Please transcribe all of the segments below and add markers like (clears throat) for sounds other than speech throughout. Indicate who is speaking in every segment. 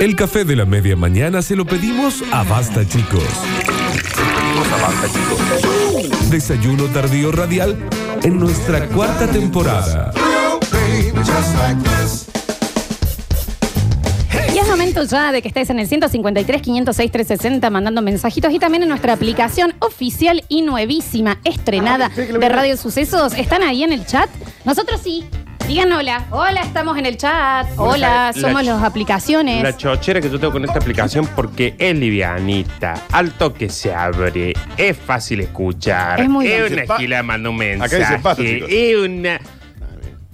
Speaker 1: El café de la media mañana se lo pedimos a Basta Chicos. Desayuno tardío radial en nuestra cuarta temporada.
Speaker 2: Y es momento ya de que estés en el 153 506 360 mandando mensajitos y también en nuestra aplicación oficial y nuevísima, estrenada de Radio Sucesos. ¿Están ahí en el chat? Nosotros sí. Digan hola. Hola, estamos en el chat. Hola,
Speaker 3: La-
Speaker 2: somos las aplicaciones.
Speaker 3: La chochera que yo tengo con esta aplicación porque es livianita, alto que se abre, es fácil escuchar.
Speaker 2: Es muy
Speaker 3: Es
Speaker 2: bueno.
Speaker 3: una
Speaker 4: Pa-
Speaker 3: gila manda un mensaje.
Speaker 4: Acá dice basta, chicos.
Speaker 3: es una.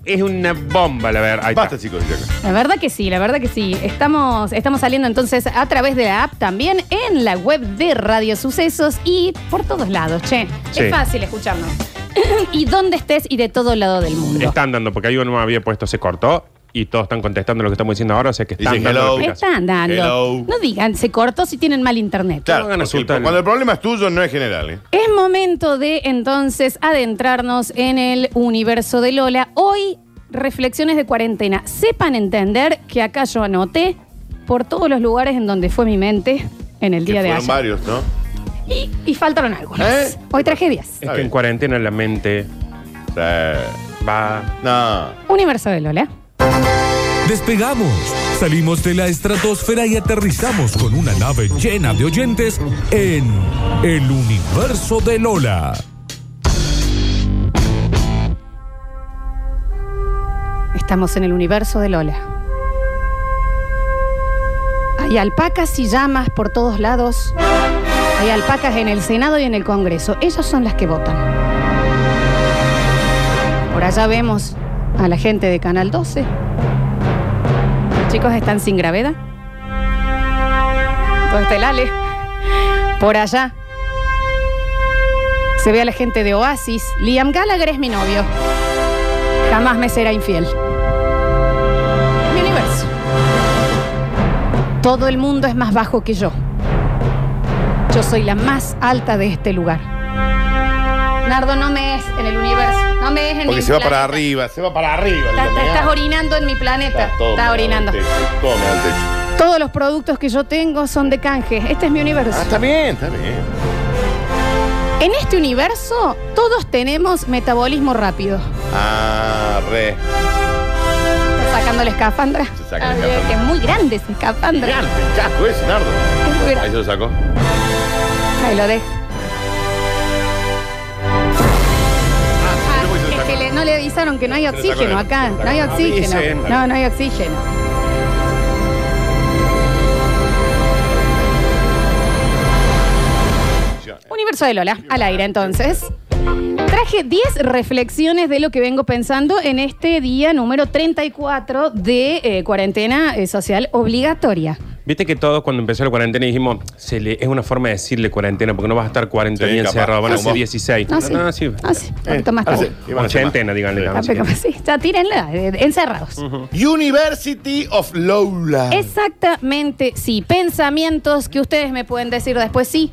Speaker 3: Es una bomba, la verdad. Ahí está.
Speaker 4: Basta, chicos, dice acá.
Speaker 2: La verdad que sí, la verdad que sí. Estamos, estamos saliendo entonces a través de la app también, en la web de Radio Sucesos y por todos lados, che.
Speaker 3: Sí.
Speaker 2: Es fácil escucharnos. (clears throat) y donde estés y de todo lado del mundo.
Speaker 3: Están dando, porque ahí uno había puesto, se cortó y todos están contestando lo que estamos diciendo ahora, o sea que están
Speaker 4: Dicen
Speaker 3: dando. la
Speaker 4: hello.
Speaker 3: aplicación.
Speaker 2: Están dando.
Speaker 4: Hello.
Speaker 2: No digan, se cortó si tienen mal internet.
Speaker 4: Claro,
Speaker 3: hagan
Speaker 4: porque el-
Speaker 3: asustar.
Speaker 4: cuando el problema es tuyo, no es general. ¿eh?
Speaker 2: Es momento de entonces adentrarnos en el universo de Lola. Hoy, reflexiones de cuarentena. Sepan entender que acá yo anoté por todos los lugares en donde fue mi mente en el
Speaker 4: Que
Speaker 2: día de
Speaker 4: fueron
Speaker 2: ayer.
Speaker 4: varios, ¿no?
Speaker 2: Y, y faltaron algunos.
Speaker 4: ¿Eh?
Speaker 2: Hoy traje 10.
Speaker 3: Es
Speaker 4: Está
Speaker 3: que en
Speaker 4: bien.
Speaker 3: cuarentena la mente
Speaker 4: Sí.
Speaker 3: va.
Speaker 4: No.
Speaker 2: Universo de Lola.
Speaker 1: Despegamos, salimos de la estratosfera y aterrizamos con una nave llena de oyentes en el universo de Lola.
Speaker 2: Estamos en el universo de Lola. Hay alpacas y llamas por todos lados. Hay alpacas en el Senado y en el Congreso. Ellas son las que votan. Por allá vemos a la gente de Canal 12. Los chicos están sin gravedad. ¿Dónde está el Ale? Por allá se ve a la gente de Oasis. Liam Gallagher es mi novio. Jamás me será infiel. Mi universo. Todo el mundo es más bajo que yo. Yo soy la más alta de este lugar. Nardo, no me es en el universo. No me es en
Speaker 4: Porque
Speaker 2: mi
Speaker 4: se va
Speaker 2: planeta.
Speaker 4: para arriba, se va para arriba.
Speaker 2: Está- está-
Speaker 4: la
Speaker 2: estás
Speaker 4: meada.
Speaker 2: orinando en mi planeta.
Speaker 4: Está todo
Speaker 2: Estás
Speaker 4: meado
Speaker 2: orinando.
Speaker 4: al techo, todo meado al techo.
Speaker 2: Todos los productos que yo tengo son de canje. Este es mi universo.
Speaker 4: Ah, está bien, está bien.
Speaker 2: En este universo, todos tenemos metabolismo rápido.
Speaker 4: Ah, re.
Speaker 2: Está sacando la escafandra.
Speaker 4: Se saca la
Speaker 2: Ah, bien,
Speaker 4: escafandra.
Speaker 2: que es muy grande esa escafandra.
Speaker 4: Grande, casco ese, Nardo.
Speaker 2: Es muy grande.
Speaker 4: Ahí se lo sacó.
Speaker 2: Ah, Ahí lo dejo.
Speaker 4: Ah, sí, se lo
Speaker 2: Es que
Speaker 4: sacó.
Speaker 2: le- no le avisaron que no hay
Speaker 4: Se lo sacó
Speaker 2: oxígeno
Speaker 4: la- Ah,
Speaker 2: acá.
Speaker 4: se lo sacó.
Speaker 2: No hay oxígeno.
Speaker 3: Avisen.
Speaker 2: No, no hay oxígeno. Universo de Lola, al aire entonces. Traje 10 reflexiones de lo que vengo pensando en este día número 34 de eh, cuarentena eh, social obligatoria.
Speaker 3: Viste que todos cuando empezó la cuarentena dijimos, se le- es una forma de decirle cuarentena, porque no vas a estar 40
Speaker 4: Sí,
Speaker 3: días
Speaker 4: capaz.
Speaker 3: encerrado, van a
Speaker 4: Ah,
Speaker 3: ser
Speaker 4: sí.
Speaker 3: 16.
Speaker 2: No, sí.
Speaker 3: no, sí. Eh,
Speaker 2: Ah, sí. Un poquito más
Speaker 4: ah,
Speaker 2: tarde.
Speaker 4: sí. Y van a ser más.
Speaker 3: Ochentena, díganle.
Speaker 2: Ah,
Speaker 3: digamos,
Speaker 2: pero
Speaker 3: sí.
Speaker 2: sí, ya tírenla, eh, encerrados.
Speaker 4: University of Lola.
Speaker 2: Exactamente, sí. Pensamientos que ustedes me pueden decir después, sí.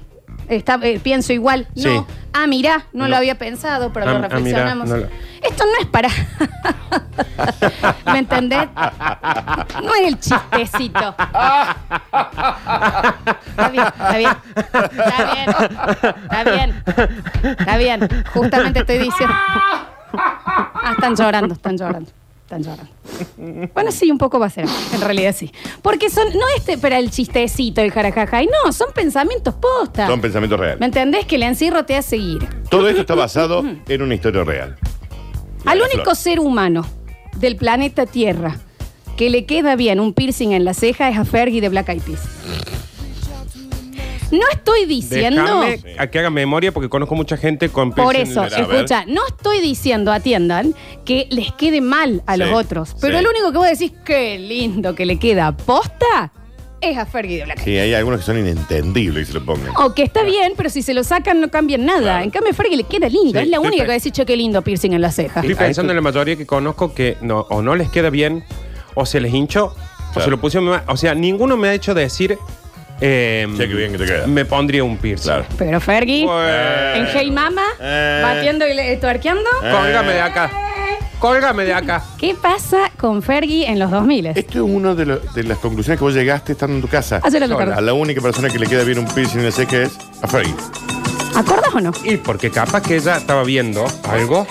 Speaker 2: Está, eh, pienso igual, no.
Speaker 3: Sí.
Speaker 2: Ah, mirá, no,
Speaker 3: No.
Speaker 2: lo había pensado, pero
Speaker 3: Ah,
Speaker 2: lo
Speaker 3: ah, mirá,
Speaker 2: reflexionamos.
Speaker 3: no lo-
Speaker 2: Esto no
Speaker 3: (laughs)
Speaker 2: es para. ¿Me entendés? No es el chistecito. Está bien, está bien. Está bien. Está bien. Está bien. Justamente estoy diciendo. Ah, están llorando, están llorando. Están llorando. Bueno, sí, un poco va a ser. En realidad sí. Porque son, no este para el chistecito, el jarajaja. Y no, son pensamientos posta.
Speaker 4: Son pensamientos
Speaker 2: Ah. ¿Me
Speaker 4: reales.
Speaker 2: entendés? Que el encierro te hace ir.
Speaker 4: Todo esto está basado en una historia real.
Speaker 2: Al
Speaker 4: la
Speaker 2: único
Speaker 4: flor.
Speaker 2: ser humano del planeta Tierra que le queda bien un piercing en la ceja es a Fergie de Black Eyed Peas. No estoy diciendo...
Speaker 3: Déjame a que haga memoria porque conozco mucha gente con
Speaker 2: Por
Speaker 3: piercing
Speaker 2: eso,
Speaker 3: en la-
Speaker 4: A ver.
Speaker 2: escucha, no estoy diciendo, atiendan, que les quede mal a
Speaker 4: Sí,
Speaker 2: los otros. Pero
Speaker 4: sí.
Speaker 2: el único que vos decís, qué lindo que le queda posta, es a Fergie de Black Eyed
Speaker 4: Sí, hay algunos que son inentendibles que se lo pongan.
Speaker 2: O que está bien, pero si se lo sacan no cambian nada. En cambio, Fergie le queda lindo.
Speaker 3: Sí,
Speaker 2: es la
Speaker 3: estoy
Speaker 2: única
Speaker 3: pe-
Speaker 2: que dice, che, qué lindo piercing en la ceja.
Speaker 3: Estoy pensando en la mayoría que conozco que no, o no les queda bien, o se les hinchó, o
Speaker 4: Claro.
Speaker 3: se lo pusieron mal. O sea, ninguno me ha hecho decir. eh,
Speaker 4: Che, qué bien que te queda.
Speaker 3: Me pondría un piercing.
Speaker 4: Claro.
Speaker 2: Pero Fergie,
Speaker 3: Bueno.
Speaker 2: en Hey Mama,
Speaker 4: Eh.
Speaker 2: batiendo y le- tuerqueando.
Speaker 4: Eh.
Speaker 3: Póngame de acá. Cólgame de acá.
Speaker 2: ¿Qué pasa con Fergie en los 2000?
Speaker 4: Esto es una de, lo- de las conclusiones que vos llegaste estando en tu casa.
Speaker 2: Ayer a la
Speaker 4: A
Speaker 2: tarde.
Speaker 4: la única persona que le queda bien un piercing en la ceja es a Fergie.
Speaker 2: ¿Acordas o no?
Speaker 3: Y porque capaz que ella estaba viendo algo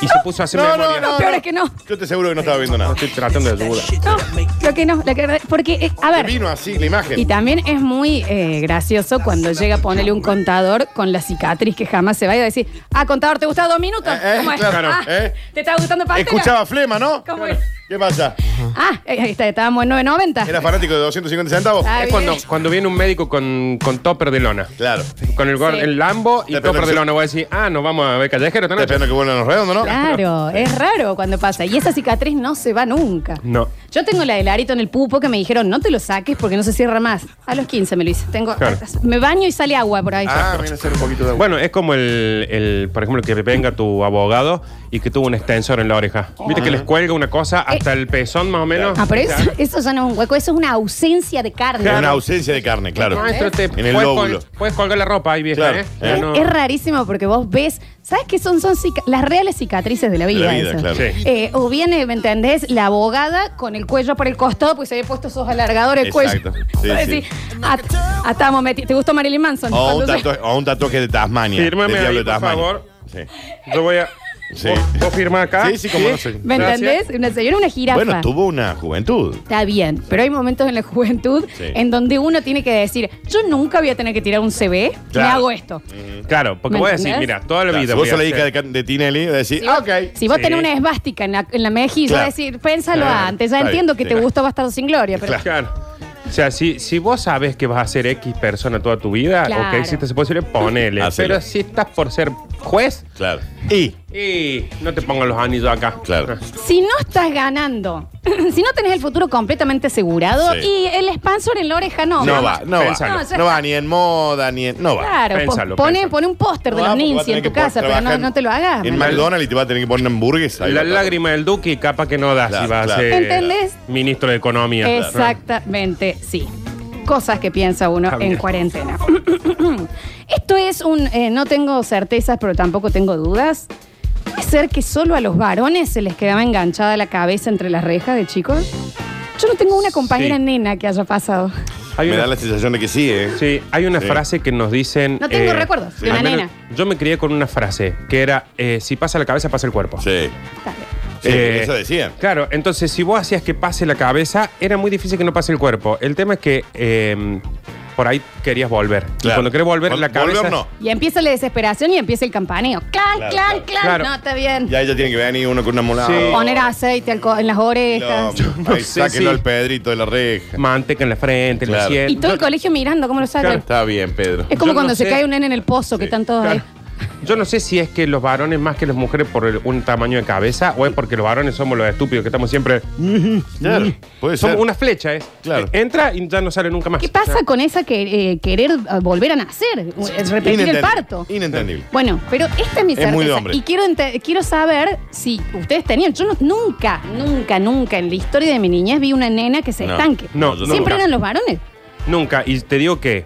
Speaker 3: y se puso a hacer
Speaker 4: No, no,
Speaker 3: memoria.
Speaker 4: no.
Speaker 2: Lo peor es que no.
Speaker 4: Yo te aseguro que no estaba viendo nada.
Speaker 3: Estoy tratando de ayudar.
Speaker 2: No, creo que no. la que- porque, eh, a
Speaker 4: Te
Speaker 2: ver,
Speaker 4: vino así la imagen.
Speaker 2: Y también es muy eh, gracioso cuando llega a ponerle un contador con la cicatriz que jamás se va y va a decir, ah, contador, ¿te gusta dos minutos?
Speaker 4: Eh, eh,
Speaker 2: ¿Cómo es?
Speaker 4: claro,
Speaker 2: Ah,
Speaker 4: eh.
Speaker 2: ¿Te estaba gustando pastela?
Speaker 4: Escuchaba flema, ¿no?
Speaker 2: ¿Cómo es?
Speaker 4: ¿Qué pasa?
Speaker 2: Ah, eh, ahí está, estábamos en 990.
Speaker 4: ¿Era fanático de 250 centavos?
Speaker 2: Ah,
Speaker 3: Es
Speaker 2: bien.
Speaker 3: cuando, cuando viene un médico con, con topper de lona.
Speaker 4: Claro.
Speaker 3: Con el, gor-
Speaker 2: Sí.
Speaker 3: el Lambo y
Speaker 4: Depende
Speaker 3: topper de
Speaker 4: si-
Speaker 3: lona. Voy a decir, ah, nos vamos a ver callejero esta
Speaker 4: Está
Speaker 3: noche.
Speaker 4: esperando que vuelvan los redondos, ¿no?
Speaker 2: Claro, es raro cuando pasa. Y esa cicatriz no se va nunca.
Speaker 3: No.
Speaker 2: Yo tengo la del arito en el pupo que me dijeron, no te lo saques porque no se cierra más. A los 15 me lo hice. Tengo,
Speaker 3: Claro.
Speaker 2: Me baño y sale agua por ahí.
Speaker 4: Ah, mira, hacer un poquito de agua.
Speaker 3: Bueno, es como el, el, por ejemplo, que venga tu abogado y que tuvo un extensor en la oreja. Viste que les cuelga una cosa
Speaker 2: Eh.
Speaker 3: hasta el pezón más o menos.
Speaker 2: Ah, pero eso, eso ya no es un hueco, eso es una ausencia de carne.
Speaker 4: Una ausencia de carne, claro.
Speaker 3: Maestro, te
Speaker 4: En el
Speaker 3: puedes,
Speaker 4: lóbulo.
Speaker 3: col- puedes colgar la ropa ahí, vieja,
Speaker 4: Claro,
Speaker 3: ¿eh?
Speaker 4: ¿eh?
Speaker 3: Ya no-
Speaker 2: Es rarísimo porque vos ves, ¿sabes qué son? Son cica- las reales cicatrices de la vida.
Speaker 4: vida,
Speaker 2: esas.
Speaker 4: claro.
Speaker 3: Sí.
Speaker 2: Eh, o viene, ¿me entendés? La abogada con el cuello por el costado, pues se había puesto esos alargadores el cuello. Pues
Speaker 4: Exacto. Sí,
Speaker 2: Vos
Speaker 4: sí.
Speaker 2: decís, "Ah, ah, estamos metidos. ¿Te gustó Marilyn Manson?
Speaker 4: O un,
Speaker 2: Cuando se-
Speaker 4: tatuaje, o un tatuaje de Tasmania.
Speaker 3: Fírmame
Speaker 4: del
Speaker 3: ahí,
Speaker 4: diablo de
Speaker 3: por
Speaker 4: Tasmania.
Speaker 3: favor.
Speaker 4: Sí.
Speaker 3: Yo voy a.
Speaker 4: Sí.
Speaker 3: ¿Vos, vos firmás acá?
Speaker 4: Sí, sí, como no sé.
Speaker 2: ¿Me
Speaker 3: Gracias.
Speaker 2: entendés? Una señora, una jirafa.
Speaker 4: Bueno, tuvo una juventud.
Speaker 2: Está bien, pero hay momentos en la juventud
Speaker 4: Sí.
Speaker 2: en donde uno tiene que decir, yo nunca voy a tener que tirar un CV,
Speaker 4: Claro.
Speaker 2: me hago esto.
Speaker 4: Mm.
Speaker 3: Claro, porque
Speaker 2: ¿Me
Speaker 3: voy a decir,
Speaker 2: entendés?
Speaker 3: mira, toda la
Speaker 4: Claro,
Speaker 3: vida.
Speaker 4: si vos
Speaker 3: voy a
Speaker 4: solo
Speaker 3: hacer-
Speaker 4: dedicas de, de Tinelli, vas a decir,
Speaker 2: Si
Speaker 4: ah,
Speaker 2: vos,
Speaker 4: ok.
Speaker 2: si vos
Speaker 3: sí.
Speaker 2: tenés una esvástica en la, en la mejilla,
Speaker 4: Claro.
Speaker 2: decir, pénsalo
Speaker 4: Claro,
Speaker 2: antes. Ya
Speaker 4: está bien,
Speaker 2: entiendo que
Speaker 4: sí,
Speaker 2: te
Speaker 4: claro.
Speaker 2: gustó Bastardo sin Gloria, pero
Speaker 4: Claro.
Speaker 3: Claro. O sea, si, si vos sabes que vas a ser X persona toda tu vida o
Speaker 2: Claro.
Speaker 3: que existe ese posible, ponele.
Speaker 4: Hacelo.
Speaker 3: Pero si estás por ser juez,
Speaker 4: Claro. Y.
Speaker 3: y no te pongan los anillos acá.
Speaker 4: Claro.
Speaker 2: si no estás ganando, (clears throat) si no tenés el futuro completamente asegurado
Speaker 4: Sí.
Speaker 2: y el expansor en la oreja no.
Speaker 4: No va, no va.
Speaker 3: Pensalo.
Speaker 2: No, ya
Speaker 4: No va ni en moda, ni en. No va.
Speaker 2: Claro, po-
Speaker 3: Pénsalo,
Speaker 2: pone,
Speaker 3: pénsalo.
Speaker 2: pone un póster de
Speaker 4: No
Speaker 2: los
Speaker 4: va, porque vas a
Speaker 2: Nincy
Speaker 4: tener
Speaker 2: en
Speaker 4: que
Speaker 2: tu casa,
Speaker 4: poder
Speaker 2: pero no,
Speaker 4: trabajar
Speaker 2: no te lo hagas.
Speaker 4: En
Speaker 2: ¿me entendés?
Speaker 4: McDonald's y te va a tener que poner una hamburguesa. ahí
Speaker 3: La
Speaker 4: va a estar.
Speaker 3: lágrima del Duque capaz que no da
Speaker 4: Claro,
Speaker 3: si va a
Speaker 4: claro.
Speaker 3: ser
Speaker 2: ¿Entendés?
Speaker 3: ministro de Economía.
Speaker 2: Exactamente, sí. Cosas que piensa uno
Speaker 3: Está
Speaker 2: en
Speaker 3: bien.
Speaker 2: cuarentena. (clears throat) Esto es un, eh, no tengo certezas, pero tampoco tengo dudas. ¿Puede ser que solo a los varones se les quedaba enganchada la cabeza entre las rejas de chicos? Yo no tengo una compañera
Speaker 3: Sí.
Speaker 2: nena que haya pasado.
Speaker 3: Hay
Speaker 4: Me
Speaker 3: una,
Speaker 4: da la sensación de que sí, ¿eh?
Speaker 3: sí, hay una
Speaker 4: Sí.
Speaker 3: frase que nos dicen. eh,
Speaker 2: No tengo recuerdos de
Speaker 3: al
Speaker 2: una
Speaker 3: menos
Speaker 2: nena.
Speaker 3: Yo me crié con una frase que era: eh, si pasa la cabeza, pasa el cuerpo.
Speaker 4: Sí.
Speaker 2: Está bien.
Speaker 4: Sí,
Speaker 3: Eh,
Speaker 4: eso decían.
Speaker 3: Claro, entonces si vos hacías que pase la cabeza, era muy difícil que no pase el cuerpo. El tema es que eh, por ahí querías volver. Y
Speaker 4: Claro.
Speaker 3: cuando querés volver,
Speaker 4: Vol-
Speaker 3: la cabeza.
Speaker 4: Volver no.
Speaker 2: Y empieza la desesperación y empieza el campaneo. ¡Clan, clan,
Speaker 4: Claro, claro.
Speaker 2: clan!
Speaker 3: Claro.
Speaker 2: No, está bien.
Speaker 4: Ya ella tiene que venir uno con una mulada.
Speaker 3: Sí.
Speaker 2: Poner aceite alco- en las orejas.
Speaker 3: no sé si-
Speaker 4: Sáquenlo al Pedrito de la reja.
Speaker 3: Manteca en la frente, en la
Speaker 4: Claro.
Speaker 3: sien.
Speaker 2: Y todo el
Speaker 3: Yo-
Speaker 2: colegio mirando cómo lo sacan.
Speaker 3: Claro.
Speaker 4: Está bien, Pedro.
Speaker 2: Es como
Speaker 3: Yo
Speaker 2: cuando
Speaker 3: no
Speaker 2: se
Speaker 3: sé.
Speaker 2: cae un nene en eh. el pozo, que están todos
Speaker 3: Claro.
Speaker 2: ahí.
Speaker 3: Yo no sé si es que los varones más que las mujeres por el- un tamaño de cabeza o es porque los varones somos los estúpidos que estamos siempre.
Speaker 4: Claro. Puede ser.
Speaker 3: Somos una flecha, ¿eh?
Speaker 4: Claro.
Speaker 3: Eh, Entra y ya no sale nunca más.
Speaker 2: ¿Qué pasa con esa que eh, querer eh, volver a nacer? Eh, Repetir el
Speaker 4: Inentendible.
Speaker 2: parto.
Speaker 4: Inentendible.
Speaker 2: Bueno, pero esta es mi
Speaker 4: Es muy de
Speaker 2: certeza.
Speaker 4: hombre.
Speaker 2: y quiero, ente- quiero saber si ustedes tenían. Yo no- nunca, nunca, nunca en la historia de mi niñez vi una nena que se
Speaker 4: No.
Speaker 2: estanque.
Speaker 3: No, yo
Speaker 2: Siempre
Speaker 3: nunca.
Speaker 2: eran los varones.
Speaker 3: Nunca. Y te digo que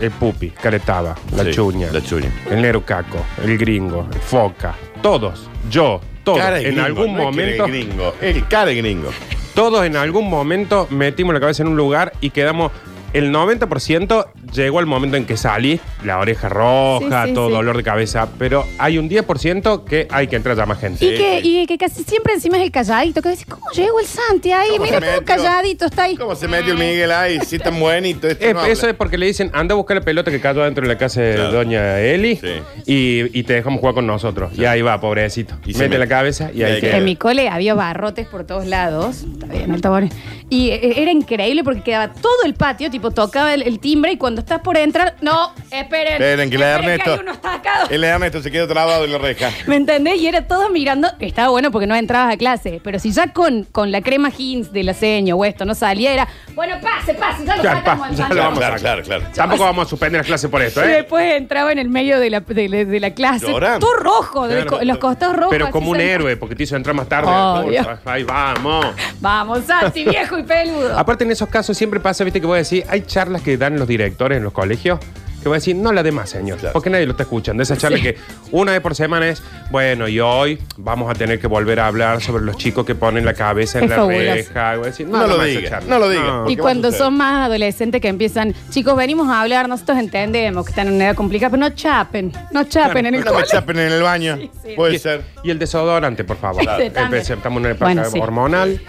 Speaker 3: el pupi, caretaba, la
Speaker 4: Sí,
Speaker 3: chuña.
Speaker 4: La chuña.
Speaker 3: El negro caco, el gringo, el foca, todos, yo, todos,
Speaker 4: Cara de
Speaker 3: en
Speaker 4: gringo,
Speaker 3: algún
Speaker 4: no es que
Speaker 3: momento,
Speaker 4: de gringo. El cara de gringo.
Speaker 3: todos en algún momento metimos la cabeza en un lugar y quedamos, el 90% llegó al momento en que salí, la oreja roja,
Speaker 2: Sí, sí,
Speaker 3: todo
Speaker 2: sí.
Speaker 3: dolor de cabeza, pero hay un 10% que hay que entrar ya más gente.
Speaker 2: Y, que, y que casi siempre encima es el calladito. Que decís, ¿cómo llegó el Santi ahí?
Speaker 4: ¿Cómo
Speaker 2: Mira
Speaker 4: se
Speaker 2: todo
Speaker 4: metió?
Speaker 2: calladito, está ahí.
Speaker 4: ¿Cómo se metió el Miguel ahí? Si tan buenito. Este
Speaker 3: Eh,
Speaker 4: no habla.
Speaker 3: eso es porque le dicen, anda a buscar la pelota que cayó dentro de la casa de
Speaker 4: Claro.
Speaker 3: doña Eli
Speaker 4: Sí.
Speaker 3: y, y te dejamos jugar con nosotros. Y ahí va, pobrecito.
Speaker 4: Y se
Speaker 3: mete,
Speaker 4: mete.
Speaker 3: la cabeza y
Speaker 4: Y
Speaker 3: ahí
Speaker 4: ahí
Speaker 3: queda.
Speaker 2: En mi cole había barrotes por todos lados. Está bien, el tabor. Y eh, era increíble porque quedaba todo el patio, tipo, tocaba el, el timbre y cuando estás por entrar, no, esperen.
Speaker 4: Esperen, que el
Speaker 2: esperen
Speaker 4: Ernesto.
Speaker 2: hay uno estacado.
Speaker 4: El Ernesto se quedó trabado en
Speaker 2: (laughs)
Speaker 4: la reja.
Speaker 2: ¿Me entendés? Y era todo mirando. Estaba bueno porque no entrabas a clase. Pero si ya con, con la crema jeans de la seño o esto no salía, era, bueno, pase, pase, ya lo
Speaker 3: Ya,
Speaker 2: sacamos
Speaker 3: pa,
Speaker 2: al
Speaker 3: ya lo
Speaker 2: pantalón".
Speaker 3: vamos a
Speaker 4: Claro,
Speaker 3: sacar.
Speaker 4: claro, claro.
Speaker 3: Tampoco vamos a suspender las clases por esto,
Speaker 2: Y
Speaker 3: ¿eh?
Speaker 2: después entraba en el medio de la, de, la- de la clase.
Speaker 4: Llorando.
Speaker 2: Todo rojo, de
Speaker 3: Claro.
Speaker 2: co- los costados rojos.
Speaker 3: Pero
Speaker 2: así
Speaker 3: como un
Speaker 2: saliendo.
Speaker 3: héroe, porque te hizo entrar más tarde.
Speaker 2: Obvio.
Speaker 3: Puta, Ahí vamos.
Speaker 2: Vamos,
Speaker 4: (laughs)
Speaker 2: Santi, viejo y peludo.
Speaker 4: Ah,
Speaker 3: Aparte, en esos casos siempre pasa, viste, que voy a decir, hay charlas que dan los directores en los colegios. que voy a decir, no la demás, señor.
Speaker 4: Claro.
Speaker 3: Porque nadie lo está escuchando. Esa charla que una vez por semana es, bueno, y hoy vamos a tener que volver a hablar sobre los chicos que ponen la cabeza en
Speaker 2: Es
Speaker 3: la
Speaker 2: fabuloso.
Speaker 3: reja. Y voy a decir, no,
Speaker 4: No lo
Speaker 3: nomás esa
Speaker 4: diga,
Speaker 3: charla.
Speaker 4: no lo diga. ¿Por
Speaker 2: Y
Speaker 4: qué
Speaker 2: cuando
Speaker 4: vas a hacer?
Speaker 2: son más adolescentes que empiezan, chicos, venimos a hablar, nosotros entendemos que están en una edad complicada, pero no chapen, no chapen en el
Speaker 4: No me
Speaker 2: colegio.
Speaker 4: chapen en el baño.
Speaker 2: sí.
Speaker 4: Puede
Speaker 3: Y-
Speaker 4: ser.
Speaker 3: Y el desodorante, por favor.
Speaker 2: Claro. Sí, también.
Speaker 3: Empecemos, estamos en una época
Speaker 2: Bueno, sí.
Speaker 3: hormonal.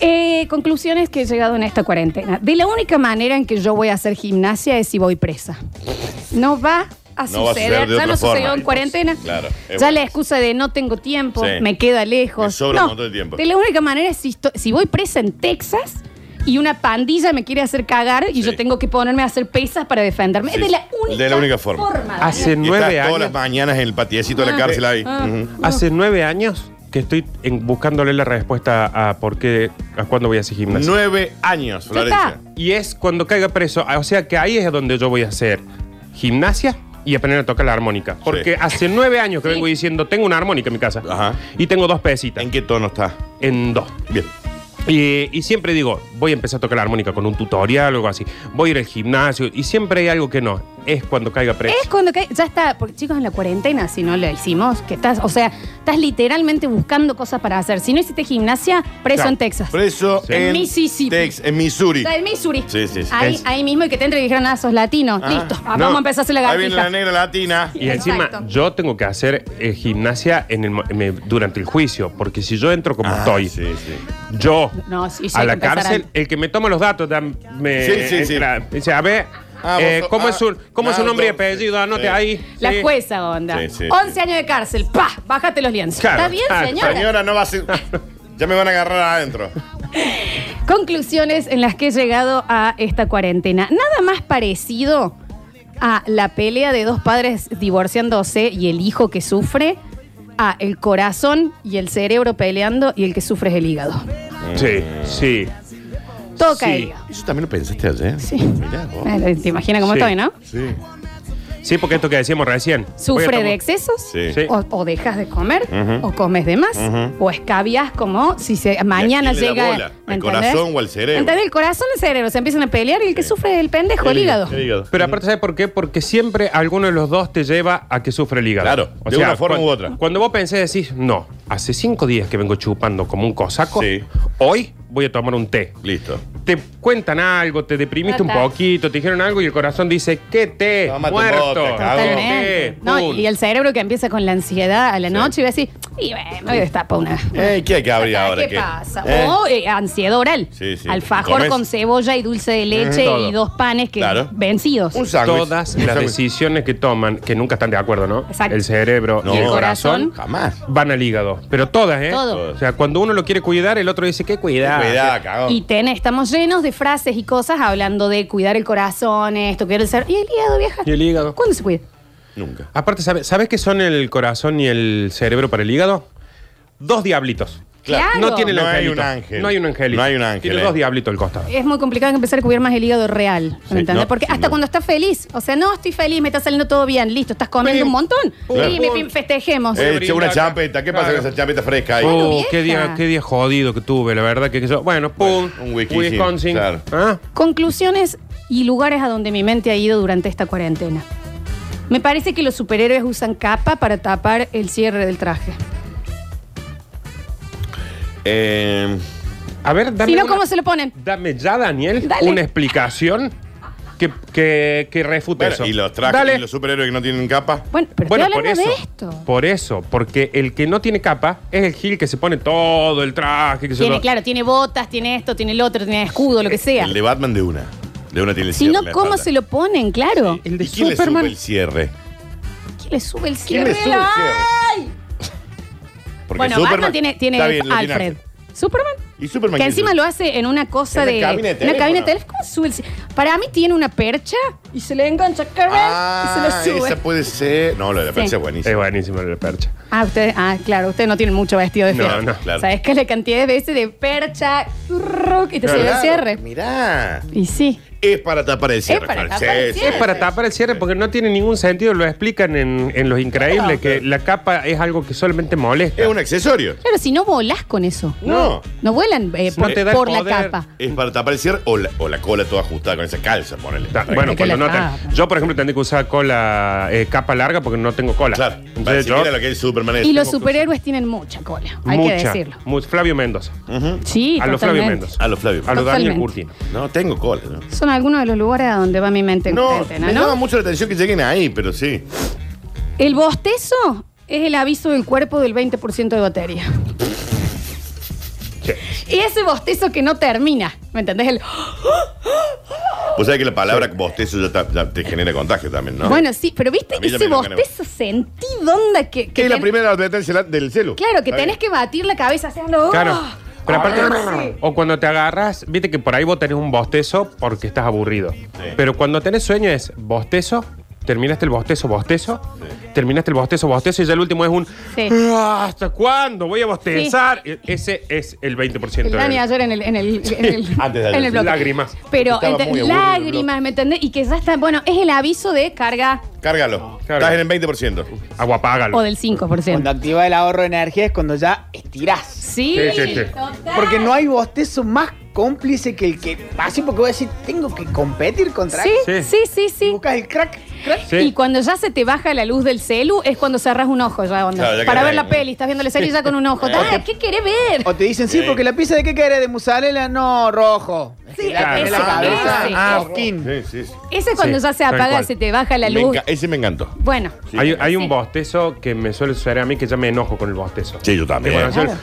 Speaker 2: Eh, conclusiones que he llegado en esta cuarentena. De la única manera en que yo voy a hacer gimnasia es si voy presa. No va a
Speaker 4: No va a suceder
Speaker 2: suceder,
Speaker 4: de
Speaker 2: ya
Speaker 4: otra
Speaker 2: no sucedió
Speaker 4: forma.
Speaker 2: en cuarentena.
Speaker 4: Claro, es
Speaker 2: ya
Speaker 4: bueno.
Speaker 2: la excusa de no tengo tiempo,
Speaker 4: Sí.
Speaker 2: me queda lejos.
Speaker 4: Me sobra
Speaker 2: No,
Speaker 4: un montón de tiempo.
Speaker 2: la única manera es si, esto- si voy presa en Texas y una pandilla me quiere hacer cagar y
Speaker 4: Sí.
Speaker 2: yo tengo que ponerme a hacer pesas para defenderme.
Speaker 4: Sí.
Speaker 2: Es de la única,
Speaker 4: De la única forma.
Speaker 2: Daniel.
Speaker 3: Hace
Speaker 4: Y estás
Speaker 3: nueve
Speaker 4: todas
Speaker 3: años.
Speaker 4: las mañanas en el patiecito de la
Speaker 2: Ah,
Speaker 4: cárcel ahí.
Speaker 2: ah.
Speaker 4: Ujú.
Speaker 3: Hace nueve años que estoy en- buscándole la respuesta a por qué, a cuándo voy a hacer gimnasia.
Speaker 4: Mm. Nueve años,
Speaker 2: Ya
Speaker 4: Florencia.
Speaker 2: está.
Speaker 3: Y es cuando caiga preso. ah, O sea que ahí es donde yo voy a hacer gimnasia y aprender a tocar la armónica. Porque hace nueve años que
Speaker 2: Sí.
Speaker 3: vengo diciendo, tengo una armónica en mi casa.
Speaker 4: Ajá.
Speaker 3: Y tengo dos pesitas.
Speaker 4: ¿En
Speaker 3: En,
Speaker 4: qué tono está?
Speaker 3: dos.
Speaker 4: Bien.
Speaker 3: Y, y siempre digo, voy a empezar a tocar la armónica con un tutorial o algo así. Voy a ir al gimnasio. Y siempre hay algo que no. Es cuando caiga preso.
Speaker 2: Es cuando cae- ya está, porque chicos, en la cuarentena, si no lo hicimos, que estás, o sea, estás literalmente buscando cosas para hacer. Si no hiciste gimnasia, preso
Speaker 3: Claro.
Speaker 2: en Texas.
Speaker 4: Preso
Speaker 3: Sí.
Speaker 4: en
Speaker 2: Mississippi.
Speaker 4: Tex- en Missouri.
Speaker 2: Está en Missouri.
Speaker 4: Sí, sí, sí.
Speaker 2: Ahí,
Speaker 3: Es-
Speaker 2: ahí mismo y que te entre y dijeron, ah, sos latino.
Speaker 4: Ah,
Speaker 2: Listo, ah,
Speaker 3: no.
Speaker 2: vamos a empezar a hacer la
Speaker 4: Ahí viene la
Speaker 2: gatita.
Speaker 4: negra latina.
Speaker 3: Y encima
Speaker 2: Exacto.
Speaker 3: yo tengo que hacer eh, gimnasia en el mo- en el- durante el juicio, porque si yo entro como
Speaker 4: Ah,
Speaker 3: estoy,
Speaker 4: Sí, sí.
Speaker 3: yo
Speaker 2: No, sí, sí,
Speaker 3: a
Speaker 2: hay
Speaker 3: la
Speaker 2: que empezar
Speaker 3: cárcel,
Speaker 2: antes.
Speaker 3: el que me toma los datos da- me
Speaker 4: Sí, sí, sí.
Speaker 3: entra, dice, a ver,
Speaker 4: Ah,
Speaker 3: eh,
Speaker 4: vos-
Speaker 3: ¿cómo,
Speaker 4: ah,
Speaker 3: es su, cómo es su
Speaker 4: ah,
Speaker 3: nombre y
Speaker 4: entonces,
Speaker 3: apellido? Anote
Speaker 4: sí.
Speaker 3: ahí. sí.
Speaker 2: La jueza, onda.
Speaker 4: Sí, sí, sí.
Speaker 2: 11 años de cárcel, pa, bájate los lienzos.
Speaker 3: Claro,
Speaker 2: ¿Está bien,
Speaker 3: claro,
Speaker 2: señora?
Speaker 4: Señora, no va
Speaker 2: (laughs)
Speaker 4: a ser. Ya me van a agarrar adentro.
Speaker 2: Conclusiones en las que he llegado a esta cuarentena. Nada más parecido a la pelea de dos padres divorciándose y el hijo que sufre, a el corazón y el cerebro peleando y el que sufre es el hígado.
Speaker 3: Sí, sí.
Speaker 2: Todo
Speaker 3: Sí.
Speaker 2: caído.
Speaker 4: Mm. ¿Eso también lo pensaste ayer?
Speaker 2: Sí.
Speaker 4: Mirá vos.
Speaker 2: Eh, ¿Te imaginas cómo
Speaker 3: Sí.
Speaker 2: estoy, no?
Speaker 4: Sí.
Speaker 3: Sí, porque esto que decíamos recién. voy a
Speaker 2: Sufre
Speaker 3: tomar-
Speaker 2: de excesos.
Speaker 4: Sí.
Speaker 3: Sí.
Speaker 2: O, o dejas de comer,
Speaker 4: Ujú.
Speaker 2: o comes de más,
Speaker 4: Ujú.
Speaker 2: o escabias como si se, mañana
Speaker 4: quién le da
Speaker 2: llega.
Speaker 4: bola?
Speaker 2: ¿me
Speaker 4: ¿Al
Speaker 2: entendés?
Speaker 4: corazón o al cerebro?
Speaker 2: ¿Entendés? El corazón y el cerebro se empiezan a pelear y el que
Speaker 4: Sí.
Speaker 2: sufre es el pendejo, el hígado.
Speaker 4: El hígado.
Speaker 3: Pero aparte, ¿sabes por qué? Porque siempre alguno de los dos te lleva a que sufre el hígado.
Speaker 4: Claro, de una forma
Speaker 3: cuan-
Speaker 4: u otra.
Speaker 3: Cuando vos pensés, decís, no, hace cinco días que vengo chupando como un cosaco,
Speaker 4: Sí.
Speaker 3: hoy voy a tomar un té.
Speaker 4: Listo.
Speaker 3: Te cuentan algo, te deprimiste un
Speaker 2: Total.
Speaker 3: poquito, te dijeron algo y el corazón dice, ¿qué té?
Speaker 4: Tómate un
Speaker 3: muerto.
Speaker 4: bote, cabrón.
Speaker 2: Totalmente.
Speaker 3: Té,
Speaker 2: No,
Speaker 3: pum.
Speaker 2: y el cerebro que empieza con la ansiedad a la noche y va así, y bueno, me destapa una.
Speaker 4: Eh, ¿Qué hay que abrir ahora?
Speaker 2: ¿Qué pasa?
Speaker 4: ¿Eh?
Speaker 2: O eh, ansiedad oral.
Speaker 4: Sí, sí.
Speaker 2: Alfajor
Speaker 4: ¿Comés?
Speaker 2: con cebolla y dulce de leche
Speaker 3: todo.
Speaker 2: y dos panes que
Speaker 4: Claro.
Speaker 2: vencidos.
Speaker 4: Un sándwich.
Speaker 3: Todas
Speaker 4: Un
Speaker 3: las
Speaker 4: sándwich.
Speaker 3: decisiones que toman, que nunca están de acuerdo, ¿no?
Speaker 2: Exacto.
Speaker 3: El cerebro
Speaker 4: No.
Speaker 3: y el
Speaker 4: El
Speaker 3: corazón,
Speaker 2: corazón.
Speaker 4: Jamás.
Speaker 3: van al hígado. Pero todas, ¿eh?
Speaker 2: Todo.
Speaker 3: O sea, cuando uno lo quiere cuidar, el otro dice, ¿qué cuidar?
Speaker 4: Cuidado, cagón.
Speaker 2: Y ten, estamos llenos de frases y cosas hablando de cuidar el corazón, esto, cuidar el cerebro. ¿Y el hígado, vieja?
Speaker 3: Y el hígado.
Speaker 2: ¿Cuándo se cuida?
Speaker 4: Nunca.
Speaker 3: Aparte, ¿sabe- ¿sabes, qué son el corazón y el cerebro para el hígado? Dos diablitos.
Speaker 4: Claro.
Speaker 3: No tiene el
Speaker 4: No hay
Speaker 3: angelito.
Speaker 4: un ángel.
Speaker 3: No hay un angelito.
Speaker 4: No hay un ángel,
Speaker 3: Tiene
Speaker 4: eh.
Speaker 3: dos diablitos al costado.
Speaker 2: Es muy complicado empezar a cubrir más el hígado real,
Speaker 4: Sí,
Speaker 2: ¿me ¿entendés?
Speaker 4: no,
Speaker 2: Porque
Speaker 4: sin
Speaker 2: hasta
Speaker 4: duda.
Speaker 2: cuando estás feliz, o sea, no estoy feliz, me está saliendo todo bien, listo, estás comiendo
Speaker 3: Pim.
Speaker 2: un montón.
Speaker 3: Claro.
Speaker 2: Pim, pim, pim, festejemos.
Speaker 4: Eh,
Speaker 3: brinda
Speaker 4: che, una
Speaker 3: acá.
Speaker 4: champeta. ¿Qué pasa
Speaker 3: Claro.
Speaker 4: con esa champeta fresca ahí?
Speaker 2: Bueno,
Speaker 3: Oh,
Speaker 2: vieja.
Speaker 3: qué día, qué día jodido que tuve, la verdad que, que yo- Bueno, pum.
Speaker 4: Bueno, un Wisconsin,
Speaker 3: Wisconsin.
Speaker 4: claro.
Speaker 3: ¿Ah?
Speaker 2: Conclusiones y lugares a donde mi mente ha ido durante esta cuarentena. Me parece que los superhéroes usan capa para tapar el cierre del traje.
Speaker 4: Eh,
Speaker 3: A ver, dame.
Speaker 2: Si no,
Speaker 3: una-
Speaker 2: ¿cómo se lo ponen?
Speaker 3: Dame ya, Daniel,
Speaker 2: Dale.
Speaker 3: una explicación que, que, que refute
Speaker 4: bueno,
Speaker 3: eso.
Speaker 4: y los trajes
Speaker 3: Dale.
Speaker 4: y los superhéroes que no tienen capa.
Speaker 2: Bueno, pero
Speaker 3: Bueno,
Speaker 2: estoy
Speaker 3: por
Speaker 2: hablando
Speaker 3: eso.
Speaker 2: de esto.
Speaker 3: Por eso, porque el que no tiene capa es el Gil que se pone todo el traje. Que se
Speaker 2: Tiene,
Speaker 3: lo-
Speaker 2: claro, tiene botas, tiene esto, tiene el otro, tiene escudo, lo que sea.
Speaker 4: El de Batman de una. De una tiene el
Speaker 2: Si
Speaker 4: cierre.
Speaker 2: no, ¿cómo se lo ponen? Claro.
Speaker 3: El de
Speaker 4: ¿Y quién
Speaker 3: Superman.
Speaker 4: le sube el cierre?
Speaker 2: ¿Quién le sube el
Speaker 4: ¿Quién
Speaker 2: cierre?
Speaker 4: le sube el cierre? Porque
Speaker 2: Bueno, Batman tiene, tiene
Speaker 4: Está bien, lo tiene
Speaker 2: Alfred.
Speaker 4: Alfred.
Speaker 2: Superman.
Speaker 4: Y Superman.
Speaker 2: Que
Speaker 4: quién
Speaker 2: encima
Speaker 4: sube?
Speaker 2: lo hace en una cosa
Speaker 4: En
Speaker 2: de.
Speaker 4: una cabina de
Speaker 2: una
Speaker 4: teléfono.
Speaker 2: cabina de teléfono. ¿Cómo sube el ci- Para mí tiene una percha y se le engancha a Carmen
Speaker 4: Ah,
Speaker 2: y se lo sube.
Speaker 4: esa puede ser. No, lo de la
Speaker 2: Sí.
Speaker 4: prensa es
Speaker 3: Es
Speaker 4: buenísimo.
Speaker 3: buenísimo la percha.
Speaker 2: Ah, ustedes, ah, claro, ustedes no tienen mucho vestido de
Speaker 3: No,
Speaker 2: fiesta.
Speaker 3: no,
Speaker 4: claro.
Speaker 2: ¿Sabes qué? La cantidad de veces de percha turruc, y te sube el
Speaker 4: Claro,
Speaker 2: cierre.
Speaker 4: Mirá.
Speaker 2: Y sí.
Speaker 4: Es para tapar el cierre.
Speaker 2: para
Speaker 4: claro.
Speaker 2: tapar el
Speaker 4: Sí,
Speaker 2: cierre.
Speaker 3: Es para tapar el cierre porque no tiene ningún sentido. Lo explican en, en Los Increíbles,
Speaker 2: Claro.
Speaker 3: que la capa es algo que solamente molesta.
Speaker 4: Es un accesorio.
Speaker 2: Claro, si no volás con eso.
Speaker 4: No.
Speaker 2: No vuelan eh,
Speaker 3: No
Speaker 2: por,
Speaker 3: te da el
Speaker 2: por la
Speaker 3: poder.
Speaker 2: capa.
Speaker 4: Es para tapar el cierre o la, o la cola toda ajustada con esa calza, ponele.
Speaker 3: Ta- bueno,
Speaker 2: que
Speaker 3: cuando
Speaker 2: la
Speaker 3: no no te-
Speaker 2: Ah.
Speaker 3: Yo, por ejemplo, tendría que usar cola, eh, capa larga porque no tengo cola.
Speaker 4: Claro. Para
Speaker 3: Entonces
Speaker 4: decir,
Speaker 3: yo,
Speaker 4: mira lo que es Superman. este, es.
Speaker 2: Y los superhéroes tienen mucha cola, hay
Speaker 3: mucha,
Speaker 2: que decirlo.
Speaker 3: mu- Flavio Mendoza.
Speaker 2: Sí,
Speaker 3: a los Flavio
Speaker 2: totalmente.
Speaker 3: Mendoza.
Speaker 4: A los Flavio.
Speaker 3: A los Daniel
Speaker 2: Totalmente.
Speaker 3: Curtino.
Speaker 4: No, tengo cola. ¿no?
Speaker 2: Son algunos de los lugares a donde va mi mente en
Speaker 4: No,
Speaker 2: cuarentena,
Speaker 4: me
Speaker 2: ¿no?
Speaker 4: llama mucho la atención que lleguen ahí, pero sí.
Speaker 2: El bostezo es el aviso del cuerpo del 20% de batería.
Speaker 3: Sí.
Speaker 2: Y ese bostezo que no termina, ¿me entendés? El,
Speaker 4: Vos sabés que la palabra bostezo ya, ta- ya te genera contagio también, ¿no?
Speaker 2: Bueno, sí, pero viste
Speaker 4: A mí ya
Speaker 2: ese
Speaker 4: me lo gané.
Speaker 2: bostezo sentido onda que, que
Speaker 4: es la
Speaker 2: ten-
Speaker 4: primera advertencia la- del celu.
Speaker 2: Claro, que
Speaker 4: Está
Speaker 2: tenés
Speaker 4: bien.
Speaker 2: que batir la cabeza haciendo.
Speaker 3: Claro.
Speaker 2: ¡ah!
Speaker 3: Pero aparte,
Speaker 2: Sí.
Speaker 3: o cuando te agarras, viste que por ahí vos tenés un bostezo porque estás aburrido. Pero cuando tenés sueño es bostezo, terminaste el bostezo, bostezo, terminaste el bostezo, bostezo, y ya el último es un
Speaker 2: Sí.
Speaker 3: "Ah, ¿hasta cuándo voy a bostezar? E- Ese es el 20%.
Speaker 2: El
Speaker 3: de-
Speaker 2: Dani ayer en el, en el, en el,
Speaker 4: antes de
Speaker 2: en
Speaker 4: ayer,
Speaker 2: el
Speaker 4: sí.
Speaker 2: bloque.
Speaker 3: Lágrimas.
Speaker 2: Pero
Speaker 4: Estaba
Speaker 2: ente-
Speaker 4: muy aburrido el
Speaker 2: lágrimas, ¿me entendés? Y que ya está. Bueno, es el aviso de carga
Speaker 4: Cárgalo.
Speaker 3: Claro.
Speaker 4: Estás en el 20%.
Speaker 3: Aguapágalo.
Speaker 2: o del 5%.
Speaker 5: Cuando activa el ahorro de energía es cuando ya estirás.
Speaker 2: Sí,
Speaker 3: Sí, sí, sí.
Speaker 2: total.
Speaker 5: Porque no hay bostezo más cómplice que el que pase porque voy a decir, tengo que competir contra
Speaker 2: Sí,
Speaker 3: Sí.
Speaker 2: sí, sí, sí.
Speaker 5: Y buscas el crack. crack.
Speaker 3: Sí.
Speaker 2: Y cuando ya se te baja la luz del celu es cuando cerrás un ojo ya, onda.
Speaker 4: Claro, ya
Speaker 2: Para ver
Speaker 4: que no hay,
Speaker 2: la
Speaker 4: ¿no?
Speaker 2: peli, estás viendo la serie ya con un ojo. Ah, ¿Qué querés ver?
Speaker 5: O te dicen, sí, porque la pizza de qué querés, de mozzarella, no, rojo.
Speaker 2: Sí,
Speaker 5: Girate
Speaker 3: ese,
Speaker 5: la cabeza.
Speaker 2: ese.
Speaker 5: Ah, skin.
Speaker 4: Sí, sí, sí.
Speaker 2: Ese es cuando
Speaker 3: Sí,
Speaker 2: ya se
Speaker 3: tal
Speaker 2: apaga,
Speaker 3: cual.
Speaker 2: se te baja la
Speaker 4: Me
Speaker 2: luz.
Speaker 4: enca- ese me encantó.
Speaker 2: Bueno,
Speaker 4: Sí.
Speaker 3: hay, hay un
Speaker 2: Sí.
Speaker 3: bostezo que me suele suceder a mí que ya me enojo con el bostezo.
Speaker 4: Sí, yo también.
Speaker 3: Que cuando yo-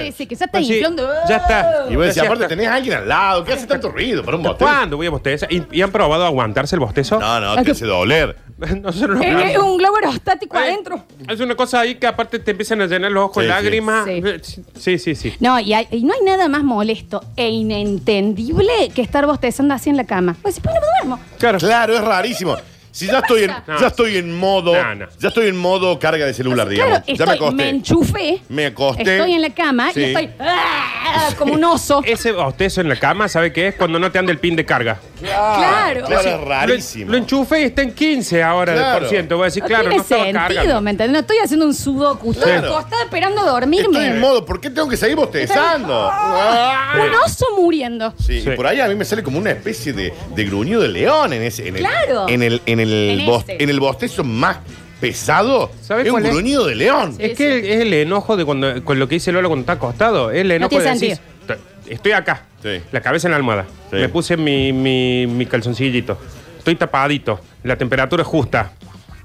Speaker 2: sí, sí, que ya está
Speaker 3: Pues sí,
Speaker 2: inflando.
Speaker 3: Ya está.
Speaker 4: Y vos
Speaker 3: Ya
Speaker 4: decís, aparte
Speaker 3: está.
Speaker 4: tenés a alguien al lado, ¿qué hace tanto ruido para un bostezo?
Speaker 3: ¿Cuándo voy a bostezar? ¿Y, y han probado aguantarse el bostezo?
Speaker 4: No, no, te hace doler.
Speaker 3: (laughs) Nosotros no
Speaker 2: Eh, eh,
Speaker 3: hablamos.
Speaker 2: un globo aerostático
Speaker 3: Eh,
Speaker 2: adentro.
Speaker 3: Es una cosa ahí que aparte te empiezan a llenar los ojos de
Speaker 4: Sí, sí.
Speaker 3: lágrimas.
Speaker 2: Sí.
Speaker 3: Eh, Sí, sí, sí.
Speaker 2: No, y, hay- y no hay nada más molesto e inentendible que estar bostezando así en la cama. Pues si pues no me duermo.
Speaker 3: Claro.
Speaker 4: Claro, es rarísimo. Si ya estoy en,
Speaker 3: No.
Speaker 4: ya estoy en modo,
Speaker 3: No, no.
Speaker 4: ya estoy en modo carga de celular, digamos.
Speaker 2: Claro,
Speaker 4: ya me
Speaker 2: estoy, me,
Speaker 4: acosté.
Speaker 2: enchufé.
Speaker 4: Me acosté.
Speaker 2: Estoy en la cama
Speaker 4: Sí.
Speaker 2: y estoy ah, como un
Speaker 3: (laughs)
Speaker 2: oso.
Speaker 3: Ese bostezo en la cama, ¿sabe qué es? Cuando no te anda el pin de carga.
Speaker 2: claro.
Speaker 4: Claro,
Speaker 2: Sí.
Speaker 4: es rarísimo.
Speaker 3: Lo, lo enchufe y está en 15 ahora de
Speaker 4: Claro.
Speaker 3: por ciento. Voy a decir,
Speaker 2: No
Speaker 3: claro,
Speaker 2: tiene
Speaker 3: no estaba
Speaker 2: sentido,
Speaker 3: cargando.
Speaker 2: ¿me entendés? No estoy haciendo un sudoku. Estoy
Speaker 4: Claro.
Speaker 2: acostada esperando dormirme.
Speaker 4: Estoy en modo, ¿por qué tengo que seguir bostezando? Ah.
Speaker 2: Un oso muriendo.
Speaker 4: Sí,
Speaker 3: Sí.
Speaker 4: Y por ahí a mí me sale como una especie de, de gruñido de león en ese. En el,
Speaker 2: Claro.
Speaker 4: En el, en el,
Speaker 2: En este.
Speaker 4: bos-
Speaker 2: ese.
Speaker 4: en el bostezo más pesado.
Speaker 3: ¿Sabe
Speaker 4: es un
Speaker 3: cuál es?
Speaker 4: gruñido de león.
Speaker 2: Sí.
Speaker 3: Es que el- es el enojo de cuando, con lo que dice Lola cuando está acostado. Es el enojo
Speaker 2: tiene
Speaker 3: de decir, "T- estoy acá,
Speaker 4: Sí.
Speaker 3: la cabeza en la almohada.
Speaker 4: Sí.
Speaker 3: Me puse mi, mi, mi calzoncillito. Estoy tapadito. La temperatura es justa.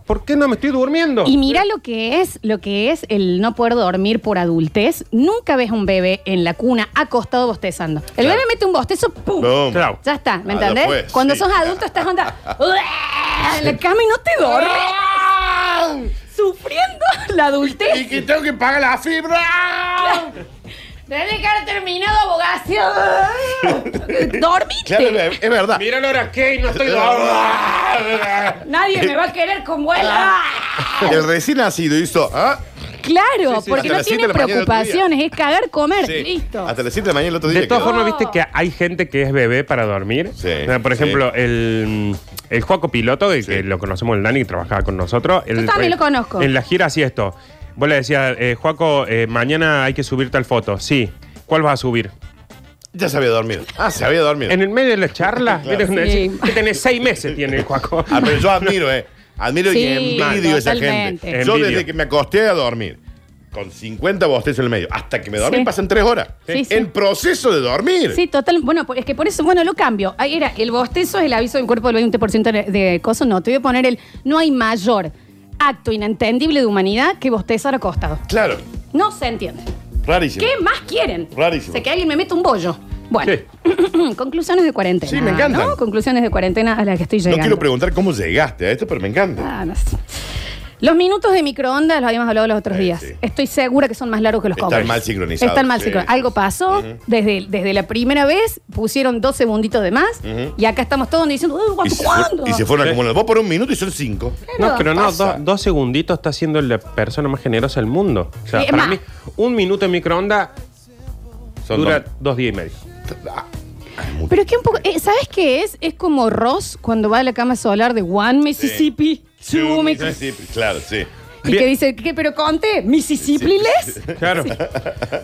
Speaker 3: ¿Por qué no me estoy durmiendo?
Speaker 2: Y mira lo que es, lo que es el no poder dormir por adultez. Nunca ves un bebé en la cuna acostado bostezando. El bebé mete un bostezo, ¡pum!
Speaker 4: Boom.
Speaker 3: Claro.
Speaker 2: Ya está, ¿me
Speaker 4: Ah,
Speaker 2: entendés?
Speaker 4: ya fue,
Speaker 2: Cuando
Speaker 4: sí.
Speaker 2: sos adulto estás onda
Speaker 4: (laughs)
Speaker 2: ¡Uah! en la cama y no te dormís, sufriendo la
Speaker 4: ¡Ah! Y
Speaker 2: adultez.
Speaker 4: que tengo que pagar la fibra.
Speaker 2: Tenés que haber terminado abogacía.
Speaker 4: (laughs)
Speaker 2: Dormiste.
Speaker 4: Claro, es es verdad.
Speaker 3: Mira Laura Kay, no
Speaker 4: (laughs)
Speaker 3: estoy
Speaker 2: Nadie me va a querer con
Speaker 4: Ah.
Speaker 2: vuela.
Speaker 4: El recién nacido hizo. ¿ah?
Speaker 2: Claro,
Speaker 3: Sí, sí,
Speaker 2: porque
Speaker 4: hasta
Speaker 2: no
Speaker 4: las siete
Speaker 2: tiene
Speaker 4: de la mañana del otro día.
Speaker 2: preocupaciones, es cagar, comer,
Speaker 4: Sí.
Speaker 2: listo.
Speaker 4: Hasta las 7 de la mañana el otro día.
Speaker 3: De todas
Speaker 4: quedó.
Speaker 3: formas, viste que hay gente que es bebé para dormir.
Speaker 4: Sí,
Speaker 3: O sea, Por
Speaker 4: sí.
Speaker 3: ejemplo, el, el Juaco Piloto, que, que lo conocemos el Dani, que trabajaba con nosotros. el-
Speaker 2: también lo
Speaker 3: eh,
Speaker 2: conozco.
Speaker 3: En la gira hacía esto. Vos le decías, eh, Juaco, eh, mañana hay que subir tal foto. Sí. ¿Cuál vas a subir?
Speaker 4: Ya se había dormido. Ah, se había dormido.
Speaker 3: En el medio de la charla, ¿viste?
Speaker 2: Sí.
Speaker 3: Decís, que tenés seis meses, tiene el
Speaker 4: (laughs)
Speaker 3: Juaco.
Speaker 4: Ah, pero yo admiro, ¿eh? Admiro y
Speaker 2: Sí,
Speaker 4: envidio a esa
Speaker 2: totalmente.
Speaker 4: gente. Yo
Speaker 3: Envidio.
Speaker 4: desde que me acosté a dormir, con 50 bostezos en el medio, hasta que me dormí
Speaker 2: Sí.
Speaker 4: pasan 3 horas.
Speaker 2: Sí, sí.
Speaker 4: El proceso de dormir.
Speaker 2: Sí, total. Bueno, por- es que por eso, bueno, lo cambio. Ahí era, el bostezo es el aviso del cuerpo del 20% de- de coso. No, te voy a poner el no hay mayor acto inentendible de humanidad que bostezar acostado.
Speaker 4: Claro,
Speaker 2: No se entiende.
Speaker 4: rarísimo.
Speaker 2: ¿Qué más quieren?
Speaker 4: Rarísimo.
Speaker 2: O sea, que alguien me meta un bollo. Bueno, (coughs) conclusiones de cuarentena.
Speaker 4: Sí, me encantan.
Speaker 2: ¿no? Conclusiones de cuarentena a las que estoy
Speaker 4: No
Speaker 2: llegando.
Speaker 4: quiero preguntar cómo llegaste a esto, pero me encanta.
Speaker 2: Ah, no sé. Los minutos de microondas los habíamos hablado los otros
Speaker 4: Eh,
Speaker 2: días.
Speaker 4: sí.
Speaker 2: Estoy segura que son más largos que los
Speaker 4: Están
Speaker 2: cómics.
Speaker 4: mal sincronizados,
Speaker 2: Están mal
Speaker 4: sí.
Speaker 2: sincronizados. Algo pasó. desde, desde la primera vez pusieron dos segunditos de más. Y acá estamos todos diciendo, "Uy,
Speaker 4: Y
Speaker 2: ¿cuándo?
Speaker 4: se, fue- y se fueron
Speaker 3: Sí.
Speaker 4: acumulando. Vos por un minuto y son 5.
Speaker 3: No, pero no,
Speaker 4: pasa.
Speaker 3: dos, dos segunditos está siendo la persona más generosa del mundo. O sea,
Speaker 2: Sí, es
Speaker 3: para
Speaker 2: más.
Speaker 3: mí, un minuto en microondas dura dos días y medio.
Speaker 4: Ah,
Speaker 2: Pero es que un poco. eh, ¿Sabes qué es? Es como Ross cuando va a la cama solar de One Mississippi, Two Mississippi.
Speaker 4: Claro, sí.
Speaker 2: Y
Speaker 3: Bien.
Speaker 2: que dice, ¿qué? Pero conté, Mississippi Les.
Speaker 3: Claro.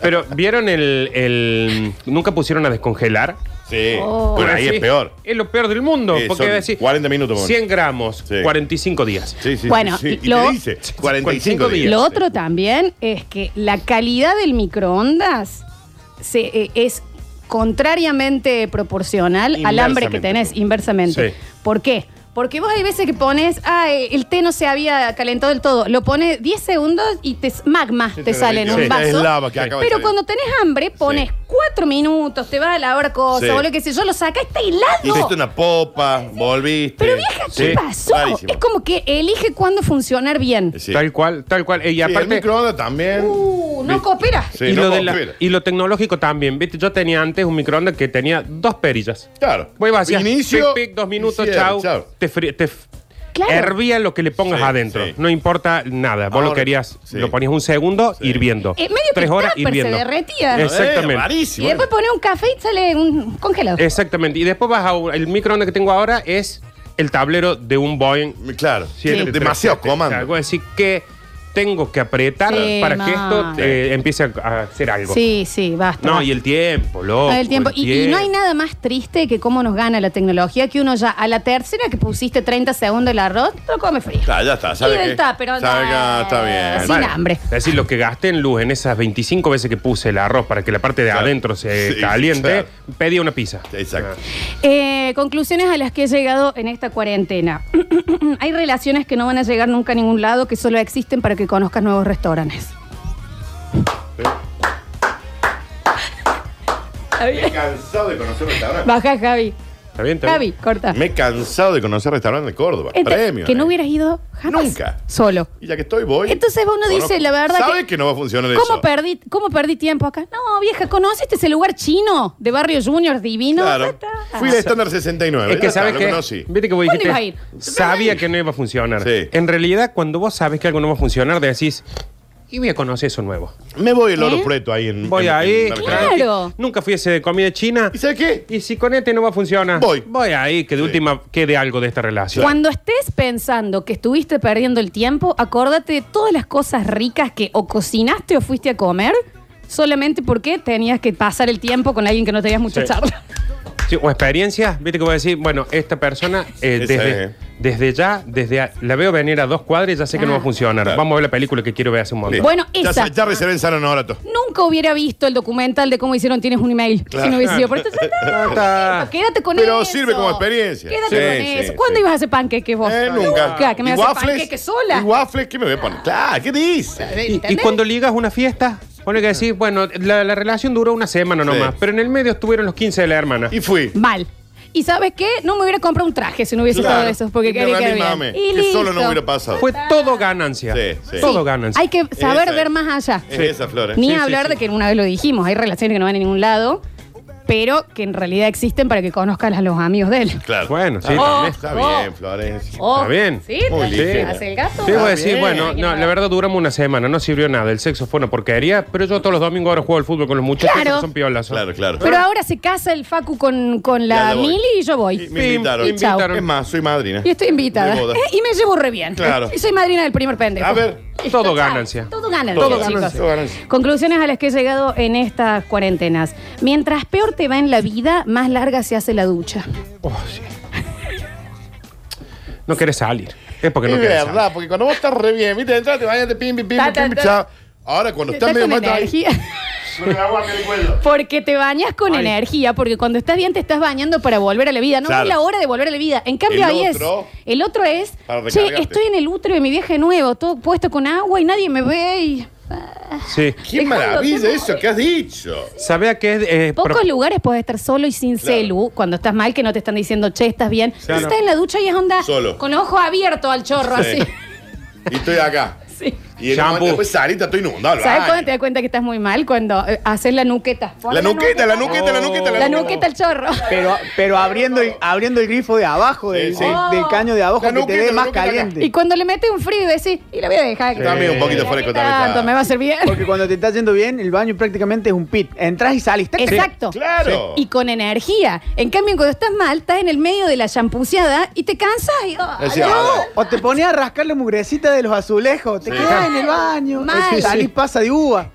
Speaker 3: Pero vieron el, el- Nunca pusieron a descongelar.
Speaker 4: Sí,
Speaker 2: Oh.
Speaker 4: pero ahí
Speaker 3: Sí,
Speaker 4: es peor.
Speaker 3: Es lo peor del mundo.
Speaker 4: Sí,
Speaker 3: porque
Speaker 4: son
Speaker 3: decir
Speaker 4: 40 minutos, por
Speaker 3: 100 gramos,
Speaker 4: Sí.
Speaker 3: 45 días.
Speaker 4: Sí, sí,
Speaker 2: Bueno,
Speaker 4: sí, sí.
Speaker 2: y lo-
Speaker 4: te dice 45 días.
Speaker 2: Lo
Speaker 4: Sí.
Speaker 2: otro también es que la calidad del microondas se, eh, es contrariamente proporcional al hambre que
Speaker 4: Inversamente.
Speaker 2: tenés, inversamente.
Speaker 3: Sí.
Speaker 2: ¿Por qué? Porque vos hay veces que pones, ah, eh, el té no se había calentado del todo, lo pones 10 segundos y te magma
Speaker 4: Sí,
Speaker 2: te sale en
Speaker 4: derritió.
Speaker 2: un
Speaker 4: Sí,
Speaker 2: vaso.
Speaker 4: es lava que acaba de
Speaker 2: Pero
Speaker 4: salir.
Speaker 2: cuando tenés hambre, pones
Speaker 4: Sí.
Speaker 2: 4 minutos, te va a la hora cosa,
Speaker 4: Sí.
Speaker 2: o lo que sé yo, lo sacás, está helado.
Speaker 4: Hiciste una popa, volviste.
Speaker 2: Pero vieja, ¿qué
Speaker 4: Sí,
Speaker 2: pasó?
Speaker 4: rarísimo.
Speaker 2: Es como que elige cuándo funcionar bien.
Speaker 4: Sí.
Speaker 3: Tal cual, tal cual. Eh, Y
Speaker 4: Sí, el
Speaker 3: aparte.
Speaker 4: microondas también.
Speaker 2: Uh, no
Speaker 4: Viste.
Speaker 2: coopera.
Speaker 4: Sí,
Speaker 3: y,
Speaker 4: no
Speaker 3: lo de la-
Speaker 4: coopera.
Speaker 3: y lo tecnológico también. ¿viste? Yo tenía antes un microondas que tenía dos perillas.
Speaker 4: Claro.
Speaker 3: Voy vacía.
Speaker 4: Inicio.
Speaker 3: Pic, pic, dos minutos,
Speaker 4: y cierre,
Speaker 3: chau. Te, fri- te f-
Speaker 2: Claro.
Speaker 3: hervía lo que le pongas
Speaker 4: Sí,
Speaker 3: adentro.
Speaker 4: sí.
Speaker 3: No importa nada. Vos lo
Speaker 4: Ahora,
Speaker 3: querías,
Speaker 4: sí.
Speaker 3: lo ponías un segundo
Speaker 4: Sí.
Speaker 3: hirviendo.
Speaker 2: Eh, medio que
Speaker 3: Tres
Speaker 2: el
Speaker 3: horas
Speaker 2: tupper se
Speaker 3: hirviendo.
Speaker 2: derretía.
Speaker 4: Eh,
Speaker 3: Exactamente.
Speaker 2: Y
Speaker 4: rarísimo.
Speaker 2: después pone un café y sale un congelado.
Speaker 3: Exactamente. Y después vas a un- el microondas que tengo ahora es el tablero de un Boeing.
Speaker 4: Claro. Demasiado
Speaker 3: Algo
Speaker 4: comando.
Speaker 3: así que tengo que apretar
Speaker 2: Sí,
Speaker 3: para que esto
Speaker 2: mal.
Speaker 3: eh, empiece a- a hacer algo.
Speaker 2: Sí, sí, basta.
Speaker 3: No,
Speaker 2: basta.
Speaker 3: y el tiempo, loco.
Speaker 2: Ah, el tiempo. Y, y no hay
Speaker 3: tiempo.
Speaker 2: nada más triste que cómo nos gana la tecnología, que uno ya a la tercera que pusiste 30 segundos el arroz, te lo come frío.
Speaker 4: Está, ya está. ¿Sabe
Speaker 2: Y
Speaker 4: qué?
Speaker 2: del tupper,
Speaker 4: ¿Sabe
Speaker 2: eh,
Speaker 4: qué? Ah, está bien.
Speaker 2: sin
Speaker 4: Bueno.
Speaker 2: hambre.
Speaker 3: Es decir, lo que gasté en luz en esas 25 veces que puse el arroz para que la parte de
Speaker 4: Claro.
Speaker 3: adentro se
Speaker 4: Sí,
Speaker 3: caliente,
Speaker 4: claro.
Speaker 3: pedí una pizza.
Speaker 4: Exacto.
Speaker 2: Eh, conclusiones a las que he llegado en esta cuarentena. (clears throat) hay relaciones que no van a llegar nunca a ningún lado, que solo existen para que conozcas nuevos restaurantes.
Speaker 4: Me he cansado de conocer restaurantes.
Speaker 2: Baja, Javi.
Speaker 3: ¿Está bien? ¿Está
Speaker 2: Javi,
Speaker 3: bien?
Speaker 2: corta.
Speaker 4: Me he cansado de conocer restaurantes de Córdoba.
Speaker 2: Ente-
Speaker 4: Premio.
Speaker 2: que no
Speaker 4: eh.
Speaker 2: hubieras ido jamás.
Speaker 4: Nunca.
Speaker 2: Solo.
Speaker 4: Y ya que estoy, voy.
Speaker 2: Entonces uno
Speaker 4: Conozco.
Speaker 2: dice, la verdad
Speaker 4: ¿Sabe
Speaker 2: que-
Speaker 4: que, no va a funcionar
Speaker 2: ¿Cómo
Speaker 4: eso?
Speaker 2: perdí, ¿Cómo perdí tiempo acá? No, vieja, ¿conociste ese lugar chino de Barrio Junior divino? Ya
Speaker 4: Claro.
Speaker 2: está.
Speaker 4: Fui al estándar 69.
Speaker 3: Es que
Speaker 4: Ya está,
Speaker 3: sabes
Speaker 4: lo
Speaker 3: que.
Speaker 4: conocí.
Speaker 3: Viste que vos
Speaker 2: ¿Cuándo
Speaker 3: dijiste.
Speaker 2: ibas a ir?
Speaker 3: Sabía que no iba a funcionar.
Speaker 4: Sí.
Speaker 3: En realidad, cuando vos sabes que algo no va a funcionar, decís. Y voy a conocer eso nuevo.
Speaker 4: Me voy el oro
Speaker 2: ¿Eh?
Speaker 4: preto ahí en.
Speaker 3: Voy
Speaker 4: en-
Speaker 3: ahí.
Speaker 4: en-
Speaker 2: Claro.
Speaker 3: tranqui. Nunca fui ese de comida china.
Speaker 4: ¿Y sabes qué?
Speaker 3: Y si con este no va a funcionar,
Speaker 4: Voy.
Speaker 3: Voy ahí, que de
Speaker 4: Sí.
Speaker 3: última quede algo de esta relación.
Speaker 2: Cuando estés pensando que estuviste perdiendo el tiempo, acordate de todas las cosas ricas que o cocinaste o fuiste a comer solamente porque tenías que pasar el tiempo con alguien que no tenías mucha
Speaker 3: Sí.
Speaker 2: charla.
Speaker 3: Sí, o experiencias, viste que voy a decir, bueno, esta persona eh,
Speaker 4: Esa
Speaker 3: desde,
Speaker 4: es.
Speaker 3: desde ya, desde a- la veo venir a dos cuadras y ya sé que no va a
Speaker 2: Ah.
Speaker 3: funcionar.
Speaker 4: Claro.
Speaker 3: Vamos a ver la película que quiero ver hace un montón.
Speaker 4: Bien.
Speaker 2: Bueno,
Speaker 4: ya,
Speaker 2: esa.
Speaker 4: sa- Ya reservé en San Honorato.
Speaker 2: Nunca hubiera visto el documental de cómo hicieron Tienes un email. Si no hubiese sido por
Speaker 4: (laughs)
Speaker 2: esto, ya está.
Speaker 3: Ah, está.
Speaker 2: Quédate con
Speaker 4: Pero
Speaker 2: eso.
Speaker 4: sirve como experiencia.
Speaker 2: Quédate
Speaker 4: Sí,
Speaker 2: con
Speaker 4: sí,
Speaker 2: eso.
Speaker 4: sí.
Speaker 2: ¿Cuándo ibas a hacer panqueques vos?
Speaker 4: Eh, nunca.
Speaker 2: Que me
Speaker 4: ¿Y
Speaker 2: hace
Speaker 4: waffles?
Speaker 2: panqueques sola.
Speaker 4: ¿Y waffles? ¿Qué me voy a poner? Claro, ¿qué dice?
Speaker 3: Y- Y,
Speaker 2: ¿Entendés?
Speaker 3: cuando ligas una fiesta, pone que decís, bueno, la, la relación duró una semana
Speaker 4: Sí.
Speaker 3: nomás, pero en el medio estuvieron los 15 de la
Speaker 2: eh,
Speaker 3: hermana.
Speaker 4: Y fui.
Speaker 2: Mal. ¿Y sabes qué? No me hubiera comprado un traje si no hubiese
Speaker 4: Claro.
Speaker 2: todo eso. Porque
Speaker 4: Y me
Speaker 2: quería
Speaker 4: gané
Speaker 2: quedar
Speaker 4: mi
Speaker 2: bien.
Speaker 4: mame,
Speaker 2: Y
Speaker 4: que solo
Speaker 2: listo.
Speaker 4: no hubiera pasado.
Speaker 3: Fue todo ganancia.
Speaker 4: Sí, sí.
Speaker 3: Todo
Speaker 2: Sí,
Speaker 3: ganancia.
Speaker 2: Hay que saber
Speaker 4: Esa es.
Speaker 2: ver más allá.
Speaker 4: Es esa, Flores.
Speaker 2: Ni
Speaker 4: Sí, sí,
Speaker 2: hablar
Speaker 4: sí.
Speaker 2: de que una vez lo dijimos, hay relaciones que no van a ningún lado, pero que en realidad existen para que conozcas a los amigos de él.
Speaker 4: Claro.
Speaker 3: Bueno, sí,
Speaker 4: Ah,
Speaker 3: también.
Speaker 4: Está
Speaker 2: Oh,
Speaker 4: bien, Florencia.
Speaker 2: Oh,
Speaker 3: Está bien.
Speaker 2: Sí,
Speaker 4: Muy
Speaker 2: tal-
Speaker 4: ligera.
Speaker 2: hace el gato.
Speaker 3: Sí, voy a
Speaker 4: Ah,
Speaker 3: decir,
Speaker 4: bien.
Speaker 3: bueno, no, la verdad duramos una semana, no sirvió nada, el sexo fue una porquería, pero yo todos los domingos ahora juego al fútbol con los muchachos
Speaker 2: Claro.
Speaker 3: que son piolas. son.
Speaker 4: Claro, claro.
Speaker 2: Pero ahora se casa el Facu con, con la
Speaker 4: Ya, ya voy.
Speaker 2: Mili y yo voy.
Speaker 4: Y me invitaron.
Speaker 3: me invitaron.
Speaker 4: Es más, soy madrina.
Speaker 2: Y estoy invitada.
Speaker 4: De boda.
Speaker 2: (laughs) Eh, y me llevo re bien.
Speaker 4: Claro.
Speaker 2: Y soy madrina del primer pendejo.
Speaker 4: A ver.
Speaker 2: Listo,
Speaker 3: Todo
Speaker 2: chao.
Speaker 3: ganancia.
Speaker 2: Todo ganancia.
Speaker 4: Todo
Speaker 2: chicos.
Speaker 4: ganancia, todo ganancia.
Speaker 2: Conclusiones a las que he llegado en estas cuarentenas. Mientras peor te va en la vida, más larga se hace la ducha.
Speaker 3: Oh, sí. No querés salir. Es porque no
Speaker 4: es
Speaker 3: querés
Speaker 4: verdad,
Speaker 3: salir.
Speaker 4: porque cuando vos estás re bien, viste, entrate, bañate, pim, pim, pim,
Speaker 2: Ta, ta,
Speaker 4: pim,
Speaker 2: ta.
Speaker 4: pim, chao. Ahora cuando estás
Speaker 2: Estás
Speaker 4: medio
Speaker 2: con
Speaker 4: muerto ahí,
Speaker 2: energía.
Speaker 4: con el agua que le cuello.
Speaker 2: (laughs) Porque te bañas con
Speaker 3: Ay.
Speaker 2: energía, porque cuando estás bien te estás bañando para volver a la vida. No
Speaker 4: Claro.
Speaker 2: es la hora de volver a la vida. En cambio,
Speaker 4: El
Speaker 2: ahí
Speaker 4: otro-
Speaker 2: es. El otro es.
Speaker 4: Para
Speaker 2: Che,
Speaker 4: recargarte.
Speaker 2: estoy en el útero de mi vieja de nuevo, todo puesto con agua y nadie me ve. Y...
Speaker 3: Sí.
Speaker 4: Qué
Speaker 2: Dejando,
Speaker 4: maravilla
Speaker 2: qué
Speaker 4: eso que has dicho.
Speaker 3: ¿Sabés a qué es? eh,
Speaker 2: Pocos
Speaker 3: pro-
Speaker 2: lugares podés estar solo y sin
Speaker 4: Claro.
Speaker 2: celu cuando estás mal, que no te están diciendo, che, estás bien.
Speaker 3: Claro.
Speaker 2: Estás en la ducha y es onda
Speaker 4: Solo.
Speaker 2: con ojo abierto al chorro,
Speaker 4: Sí.
Speaker 2: así.
Speaker 4: Y estoy acá.
Speaker 2: (laughs) Sí.
Speaker 4: Y en
Speaker 3: Shampoo.
Speaker 4: un momento después Sarita, estoy inundado. al
Speaker 2: ¿Sabes
Speaker 4: baño.
Speaker 2: cuándo te das cuenta que estás muy mal? Cuando eh, haces la nuqueta. Pon
Speaker 4: La nuqueta, la nuqueta, la nuqueta,
Speaker 2: La nuqueta al chorro.
Speaker 5: Pero, pero abriendo, el, abriendo el grifo de abajo, del,
Speaker 4: Sí, sí.
Speaker 5: del- del caño de abajo,
Speaker 4: La
Speaker 5: que te
Speaker 4: nuqueta,
Speaker 5: dé
Speaker 4: la
Speaker 5: más
Speaker 4: nuqueta acá.
Speaker 5: caliente.
Speaker 2: Y cuando le metes un frío decís, y la voy a dejar. que-
Speaker 4: También un poquito fuera de control,
Speaker 2: Tanto,
Speaker 4: está.
Speaker 2: me va a servir.
Speaker 5: Porque cuando te está yendo bien, el baño prácticamente es un pit. Entras y salís.
Speaker 2: (laughs)
Speaker 5: ¡tac!
Speaker 2: Exacto.
Speaker 4: Claro.
Speaker 2: Y con energía. En cambio, cuando estás mal, estás en el medio de la champuceada y te cansas y. ¡ay,
Speaker 4: Así,
Speaker 2: no!
Speaker 4: ah,
Speaker 5: O te pones a rascar la mugrecita de los azulejos. Te
Speaker 4: Sí.
Speaker 5: quedás en el baño.
Speaker 2: Mal.
Speaker 5: Salís pasa de uva.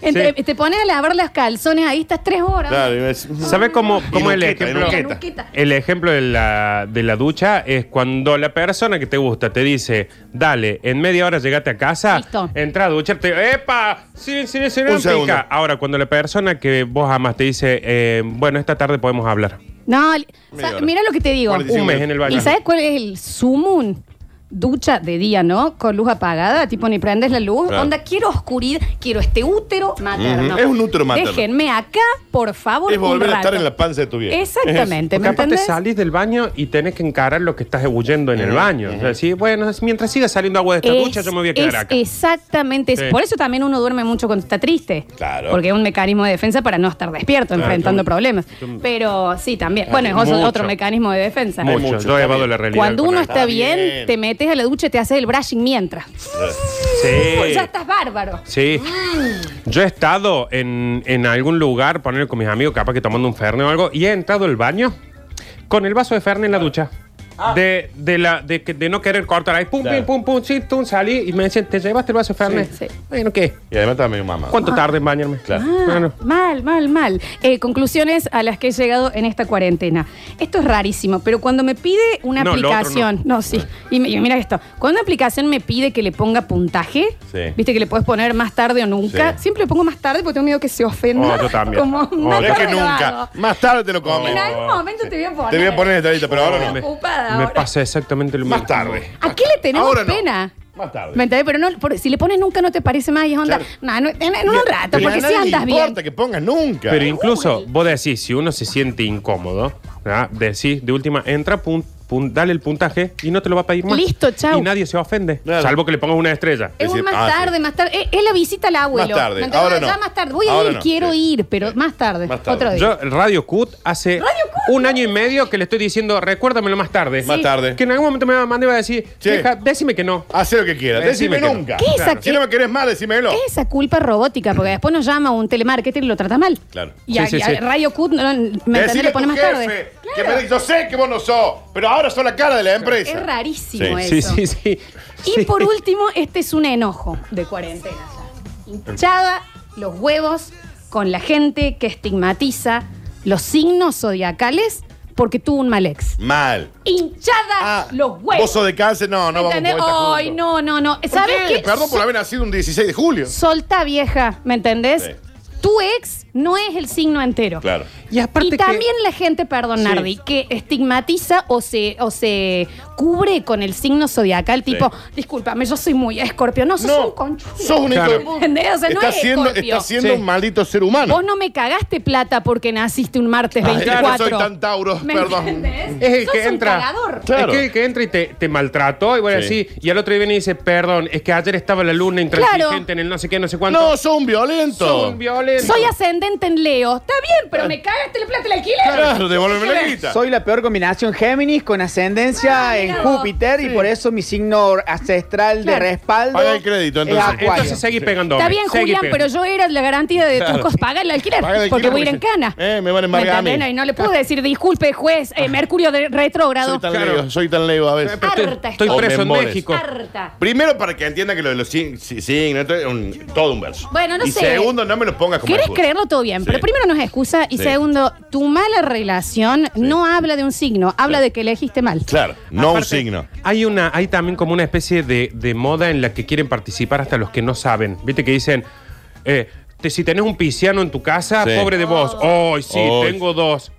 Speaker 2: Entre- Te pones a lavar los calzones, ahí estás tres horas.
Speaker 4: Claro, y "Mm". ves-
Speaker 3: ¿Sabes cómo, cómo
Speaker 4: Y
Speaker 3: el
Speaker 4: nuqueta, y
Speaker 3: ejemplo?
Speaker 4: nuqueta.
Speaker 2: La nuqueta.
Speaker 3: El ejemplo de la, de la ducha es cuando la persona que te gusta te dice, dale, en media hora llegate a casa,
Speaker 2: Listo.
Speaker 3: entra a ducharte, ¡epa! Sí, sí, sí, no
Speaker 4: Un segundo.
Speaker 3: pica. Ahora, cuando la persona que vos amas te dice, eh, bueno, esta tarde podemos hablar.
Speaker 2: No, li-
Speaker 4: Media
Speaker 2: sa-
Speaker 4: hora.
Speaker 2: mira lo que te digo.
Speaker 4: Cuarenta y
Speaker 3: Un
Speaker 4: cinco
Speaker 3: mes en el baño.
Speaker 2: ¿Y sabes cuál es el sumum? Ducha de día, ¿no? Con luz apagada, tipo ni prendes la luz.
Speaker 4: Claro.
Speaker 2: Onda, quiero oscuridad, quiero este útero materno.
Speaker 4: Ujú. Es un útero materno.
Speaker 2: Déjenme acá, por favor.
Speaker 4: Es volver
Speaker 2: un
Speaker 4: a
Speaker 2: rato.
Speaker 4: estar en la panza de tu vieja.
Speaker 2: Exactamente,
Speaker 3: Porque
Speaker 2: ¿me
Speaker 3: aparte
Speaker 2: entendés?
Speaker 3: salís del baño y tenés que encarar lo que estás huyendo en el
Speaker 4: Eh,
Speaker 3: baño. O sea, decís, bueno, mientras siga saliendo agua de esta ducha, yo me voy a quedar
Speaker 2: es
Speaker 3: acá.
Speaker 2: Exactamente. eso.
Speaker 3: Sí.
Speaker 2: Por eso también uno duerme mucho cuando está triste.
Speaker 4: Claro.
Speaker 2: Porque es un mecanismo de defensa para no estar despierto, enfrentando
Speaker 3: yo-
Speaker 2: problemas. Pero sí, también. Bueno, es
Speaker 3: Mucho.
Speaker 2: otro, otro mecanismo de defensa.
Speaker 3: Mucho,
Speaker 4: Mucho,
Speaker 3: yo he
Speaker 4: está
Speaker 3: llevado
Speaker 4: bien.
Speaker 3: la realidad.
Speaker 2: Cuando
Speaker 3: con
Speaker 2: uno
Speaker 3: esto.
Speaker 2: está
Speaker 4: Está
Speaker 2: bien,
Speaker 4: bien.
Speaker 2: te metes a la ducha y te haces el brushing mientras. Pues
Speaker 3: Sí.
Speaker 2: Ya estás bárbaro.
Speaker 3: Sí. Yo he estado en, en algún lugar, ponerlo con mis amigos, capaz que tomando un fernet o algo, y he entrado al baño con el vaso de fernet en la ducha.
Speaker 4: Ah.
Speaker 3: De, de, la, de, que- de no querer cortar ahí, pum, pim, pum, pum, sí, tum, salí y me decían, ¿te llevaste el vaso de fernet?
Speaker 2: Sí, sí.
Speaker 3: Bueno, ¿qué?
Speaker 4: Y además estaba medio mamá.
Speaker 3: ¿Cuánto tarda en bañarme?
Speaker 4: Claro.
Speaker 2: Ah,
Speaker 3: Bueno.
Speaker 2: Mal, mal, mal. Eh, conclusiones a las que he llegado en esta cuarentena. Esto es rarísimo, pero cuando me pide una
Speaker 3: No, lo otro
Speaker 2: aplicación. No, sí. Y, mi- y mira esto. Cuando una aplicación me pide que le ponga puntaje,
Speaker 4: Sí.
Speaker 2: viste que le puedes poner más tarde o nunca.
Speaker 4: Sí.
Speaker 2: Siempre le pongo más tarde porque tengo miedo que se ofenda.
Speaker 3: Oh, yo también.
Speaker 2: Como,
Speaker 3: Oh,
Speaker 2: más
Speaker 4: Pero es que
Speaker 2: tarde lo
Speaker 4: nunca.
Speaker 2: hago.
Speaker 4: Más tarde te lo comes.
Speaker 2: En algún momento te voy a poner.
Speaker 4: Te voy a poner esta lista, pero ahora
Speaker 2: Me-
Speaker 4: no.
Speaker 2: Ocupada
Speaker 3: me
Speaker 2: ahora.
Speaker 3: pasa exactamente lo mismo.
Speaker 4: Más tarde.
Speaker 2: ¿A qué le tenemos
Speaker 4: Ahora no.
Speaker 2: pena?
Speaker 4: Más tarde.
Speaker 2: ¿Me entendés? Pero no, por- si le pones nunca no te parece más y es onda.
Speaker 4: Claro.
Speaker 2: No, no, en, en un rato,
Speaker 4: Pero
Speaker 2: porque si
Speaker 4: a nadie le
Speaker 2: andas bien.
Speaker 4: importa que pongas nunca.
Speaker 3: Pero incluso vos decís, si uno se siente incómodo, ¿verdad? decís de última, entra, pun- pun- dale el puntaje y no te lo va a pedir más.
Speaker 2: Listo, chau.
Speaker 3: Y nadie se ofende,
Speaker 4: Claro.
Speaker 3: salvo que le pongas una estrella.
Speaker 2: Es un
Speaker 4: Decir,
Speaker 2: más
Speaker 4: ah,
Speaker 2: tarde,
Speaker 4: sí.
Speaker 2: más tarde. Es, es la visita al abuelo.
Speaker 4: Más tarde,
Speaker 2: ¿me entendés?
Speaker 4: ahora no.
Speaker 2: Ya más tarde. Voy a
Speaker 4: Ahora
Speaker 2: ir,
Speaker 4: no,
Speaker 2: quiero
Speaker 4: sí.
Speaker 2: ir, pero más tarde.
Speaker 4: Más tarde.
Speaker 2: Otro día.
Speaker 3: Yo, Radio Cut, hace
Speaker 2: Radio Cut.
Speaker 3: un año y medio que le estoy diciendo, recuérdamelo más tarde.
Speaker 4: Más Sí. tarde.
Speaker 3: Que en algún momento me va a mandar y va a decir,
Speaker 4: Sí.
Speaker 3: "Vieja, decime que no.
Speaker 4: Hace lo que quieras.
Speaker 3: Decime
Speaker 4: Decime
Speaker 3: que no.
Speaker 4: nunca.
Speaker 2: ¿Qué es
Speaker 4: Claro.
Speaker 2: aquí?
Speaker 4: Si no me querés más, decímelo.
Speaker 2: Es esa culpa robótica, porque después nos llama un telemarketing y lo trata mal.
Speaker 4: Claro.
Speaker 2: Y
Speaker 3: Sí,
Speaker 2: a,
Speaker 3: sí,
Speaker 2: y a
Speaker 3: sí.
Speaker 2: Radio Cut, no, no, ¿me
Speaker 4: Decile
Speaker 2: entendés? Le
Speaker 4: a tu
Speaker 2: pone más
Speaker 4: jefe
Speaker 2: tarde.
Speaker 4: Que me dice, yo sé que vos no sos, pero ahora sos la cara de la empresa.
Speaker 2: Es rarísimo
Speaker 4: Sí.
Speaker 3: Sí,
Speaker 2: eso.
Speaker 3: sí, sí.
Speaker 2: Y por último, este es un enojo de cuarentena. ya. Hinchada los huevos con la gente que estigmatiza los signos zodiacales porque tuvo un mal ex.
Speaker 4: Mal.
Speaker 2: Hinchada
Speaker 4: Ah,
Speaker 2: los
Speaker 4: Vos
Speaker 2: huevos.
Speaker 4: sos de cáncer, no,
Speaker 2: ¿Me
Speaker 4: no vamos a
Speaker 2: entendés?
Speaker 4: poder estar
Speaker 2: Ay,
Speaker 4: juntos.
Speaker 2: no, no, no.
Speaker 4: ¿Por
Speaker 2: ¿Sabes
Speaker 4: qué?
Speaker 2: qué?
Speaker 4: Perdón por
Speaker 2: So-
Speaker 4: haber nacido un 16 de julio.
Speaker 2: Solta vieja, ¿me entendés?
Speaker 4: Sí.
Speaker 2: Tu ex no es el signo entero.
Speaker 4: Claro.
Speaker 3: Y aparte
Speaker 2: Y
Speaker 3: que-
Speaker 2: también la gente, perdón,
Speaker 3: Sí.
Speaker 2: Nardi, que estigmatiza o se, o se cubre con el signo zodiacal, tipo, discúlpame, yo soy muy escorpio. No, sos un conchudo.
Speaker 4: sos un hijo
Speaker 3: Claro.
Speaker 4: de puta.
Speaker 2: ¿Entendés? O sea, no
Speaker 4: Estás
Speaker 2: es
Speaker 4: siendo,
Speaker 2: escorpio.
Speaker 4: estás siendo
Speaker 3: Sí.
Speaker 4: un maldito ser humano.
Speaker 2: Vos no me cagaste plata porque naciste un martes
Speaker 4: Ay,
Speaker 2: 24.
Speaker 4: yo soy tan Tauro,
Speaker 2: ¿Me
Speaker 4: perdón.
Speaker 2: entendés?
Speaker 3: Es el
Speaker 2: Sos
Speaker 3: que
Speaker 2: un
Speaker 3: entra.
Speaker 2: cagador.
Speaker 4: Claro.
Speaker 3: Es que el que entra y te, te maltrató y bueno,
Speaker 4: Sí.
Speaker 3: así. Y al otro día viene y dice, perdón, es que ayer estaba la luna intransigente en el no sé qué, no sé cuánto.
Speaker 4: No, sos un violento.
Speaker 3: Sos un violento.
Speaker 2: Soy ascendente en Leo. Está bien, pero me cagaste la plata del alquiler.
Speaker 4: Ah. Claro, devuélveme la guita.
Speaker 5: Soy la peor combinación Géminis con ascendencia
Speaker 2: Ah,
Speaker 5: en
Speaker 2: mira vos.
Speaker 5: Júpiter y por eso mi signo ancestral de
Speaker 2: Claro.
Speaker 5: respaldo
Speaker 4: Paga el crédito,
Speaker 5: es
Speaker 4: entonces.
Speaker 5: Acuario.
Speaker 3: Entonces seguí pegando.
Speaker 2: Está bien, Julián, pero yo era la garantía de tus cosas. Paga el alquiler,
Speaker 4: Paga el alquiler
Speaker 2: porque voy a ir en
Speaker 4: porque-
Speaker 2: cana.
Speaker 4: Eh, me van a embargar a mí. Ah.
Speaker 2: entendés? No, Y no le puedo decir, disculpe, juez, eh, Mercurio de retrógrado.
Speaker 4: Soy tan
Speaker 3: Claro.
Speaker 4: leo, soy tan leo a veces.
Speaker 2: Pero- Harta
Speaker 3: estoy, estoy
Speaker 4: estoy.
Speaker 3: preso en
Speaker 4: Memores.
Speaker 3: México.
Speaker 2: Harta.
Speaker 4: Primero, para que entienda que lo de los sin- si- signos, esto es un- todo un verso.
Speaker 2: Bueno, no
Speaker 4: y
Speaker 2: sé.
Speaker 4: segundo, no me lo pongas como
Speaker 2: ¿Quieres
Speaker 4: excusa.
Speaker 2: creerlo todo bien?
Speaker 4: Sí.
Speaker 2: Pero primero no es excusa. Y
Speaker 4: Sí.
Speaker 2: segundo, tu mala relación no habla de un signo, habla de que elegiste mal.
Speaker 4: Claro, no un
Speaker 3: Aparte,
Speaker 4: signo.
Speaker 3: Hay una, hay también como una especie de, de moda en la que quieren participar hasta los que no saben. Viste que dicen, eh, te- si tenés un pisciano en tu casa,
Speaker 4: Sí.
Speaker 3: pobre de vos.
Speaker 2: Ah.
Speaker 3: Hoy sí,
Speaker 4: Ay.
Speaker 3: tengo dos.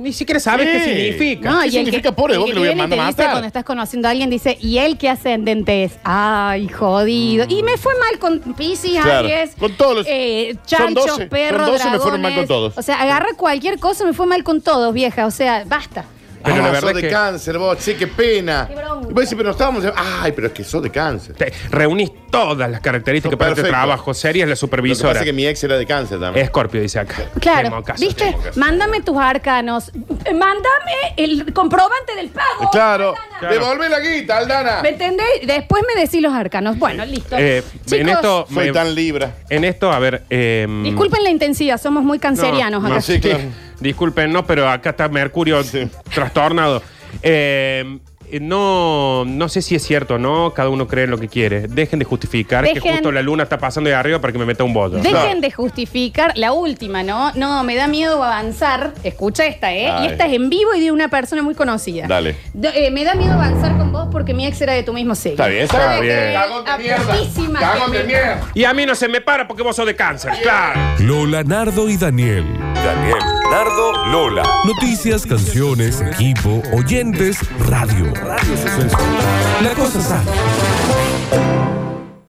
Speaker 3: Ni siquiera sabes
Speaker 4: Sí.
Speaker 3: qué significa.
Speaker 2: No,
Speaker 4: ¿Qué significa pobre?
Speaker 2: el
Speaker 4: Vos que lo voy a
Speaker 2: viene y te
Speaker 4: mandar a
Speaker 2: dice
Speaker 4: matar.
Speaker 2: Cuando estás conociendo a alguien, dice, ¿y él qué ascendente es? Ay, jodido. Y me fue mal con Pisces,
Speaker 4: Mm. Claro.
Speaker 2: Aries.
Speaker 4: Con todos los-
Speaker 2: eh,
Speaker 4: son
Speaker 2: chanchos,
Speaker 4: 12,
Speaker 2: perros,
Speaker 4: son 12 me fueron mal
Speaker 2: dragones.
Speaker 4: con todos.
Speaker 2: O sea, agarra cualquier cosa, me fue mal con todos, vieja. O sea, basta.
Speaker 3: Pero
Speaker 4: Ah,
Speaker 3: la verdad
Speaker 4: sos
Speaker 3: es
Speaker 4: de
Speaker 3: que
Speaker 4: cáncer, vos, sí, qué pena.
Speaker 2: Qué bronca.
Speaker 4: Y vos decís, pero no estábamos. Ay, pero es que sos de cáncer.
Speaker 3: te reunís todas las características
Speaker 4: Sos
Speaker 3: para este
Speaker 4: perfecto.
Speaker 3: trabajo. Series la
Speaker 4: Lo que
Speaker 3: supervisora.
Speaker 4: pasa es que mi ex era de cáncer también.
Speaker 3: Escorpio dice acá. Qué
Speaker 2: Claro,
Speaker 3: mocazo,
Speaker 2: ¿viste?
Speaker 3: qué mocazo.
Speaker 2: Mándame tus arcanos. Eh, Mándame el comprobante del
Speaker 4: Eh,
Speaker 2: pago.
Speaker 4: Claro.
Speaker 2: Oh, Aldana.
Speaker 3: Claro.
Speaker 4: Devolvé la guita, Aldana.
Speaker 2: ¿Me entendés? Después me decís los arcanos. Bueno, listo.
Speaker 3: Eh, en
Speaker 2: Chicos,
Speaker 3: esto,
Speaker 4: Soy
Speaker 3: me-
Speaker 4: tan libra.
Speaker 3: en esto, a ver. eh,
Speaker 2: disculpen la intensidad, somos muy cancerianos
Speaker 3: no,
Speaker 2: acá.
Speaker 4: mm. no, sí, claro.
Speaker 3: Disculpen, no, pero acá está Mercurio
Speaker 4: Sí.
Speaker 3: trastornado. Eh, no, no sé si es cierto o no, cada uno cree en lo que quiere. Dejen de justificar que
Speaker 2: Dejen-
Speaker 3: justo la luna está pasando de arriba para que me meta un bollo.
Speaker 2: Dejen
Speaker 4: Claro.
Speaker 2: de justificar la última, ¿no? No, me da miedo avanzar. Escucha esta, ¿eh?
Speaker 4: Ay.
Speaker 2: Y esta es en vivo y de una persona muy conocida.
Speaker 4: Dale.
Speaker 2: Do- eh, me da miedo avanzar con vos porque mi ex era de tu mismo signo.
Speaker 4: Está bien,
Speaker 2: ¿Sabes
Speaker 4: está
Speaker 2: qué?
Speaker 4: bien.
Speaker 2: Cagón de mierda. Apretísima Cagón que de me- mierda.
Speaker 3: Y a mí no se me para porque vos sos de cáncer, claro.
Speaker 1: Lola, Nardo y Daniel. Daniel, Nardo, Lola. Noticias, canciones, equipo, oyentes, radio. La cosa sana.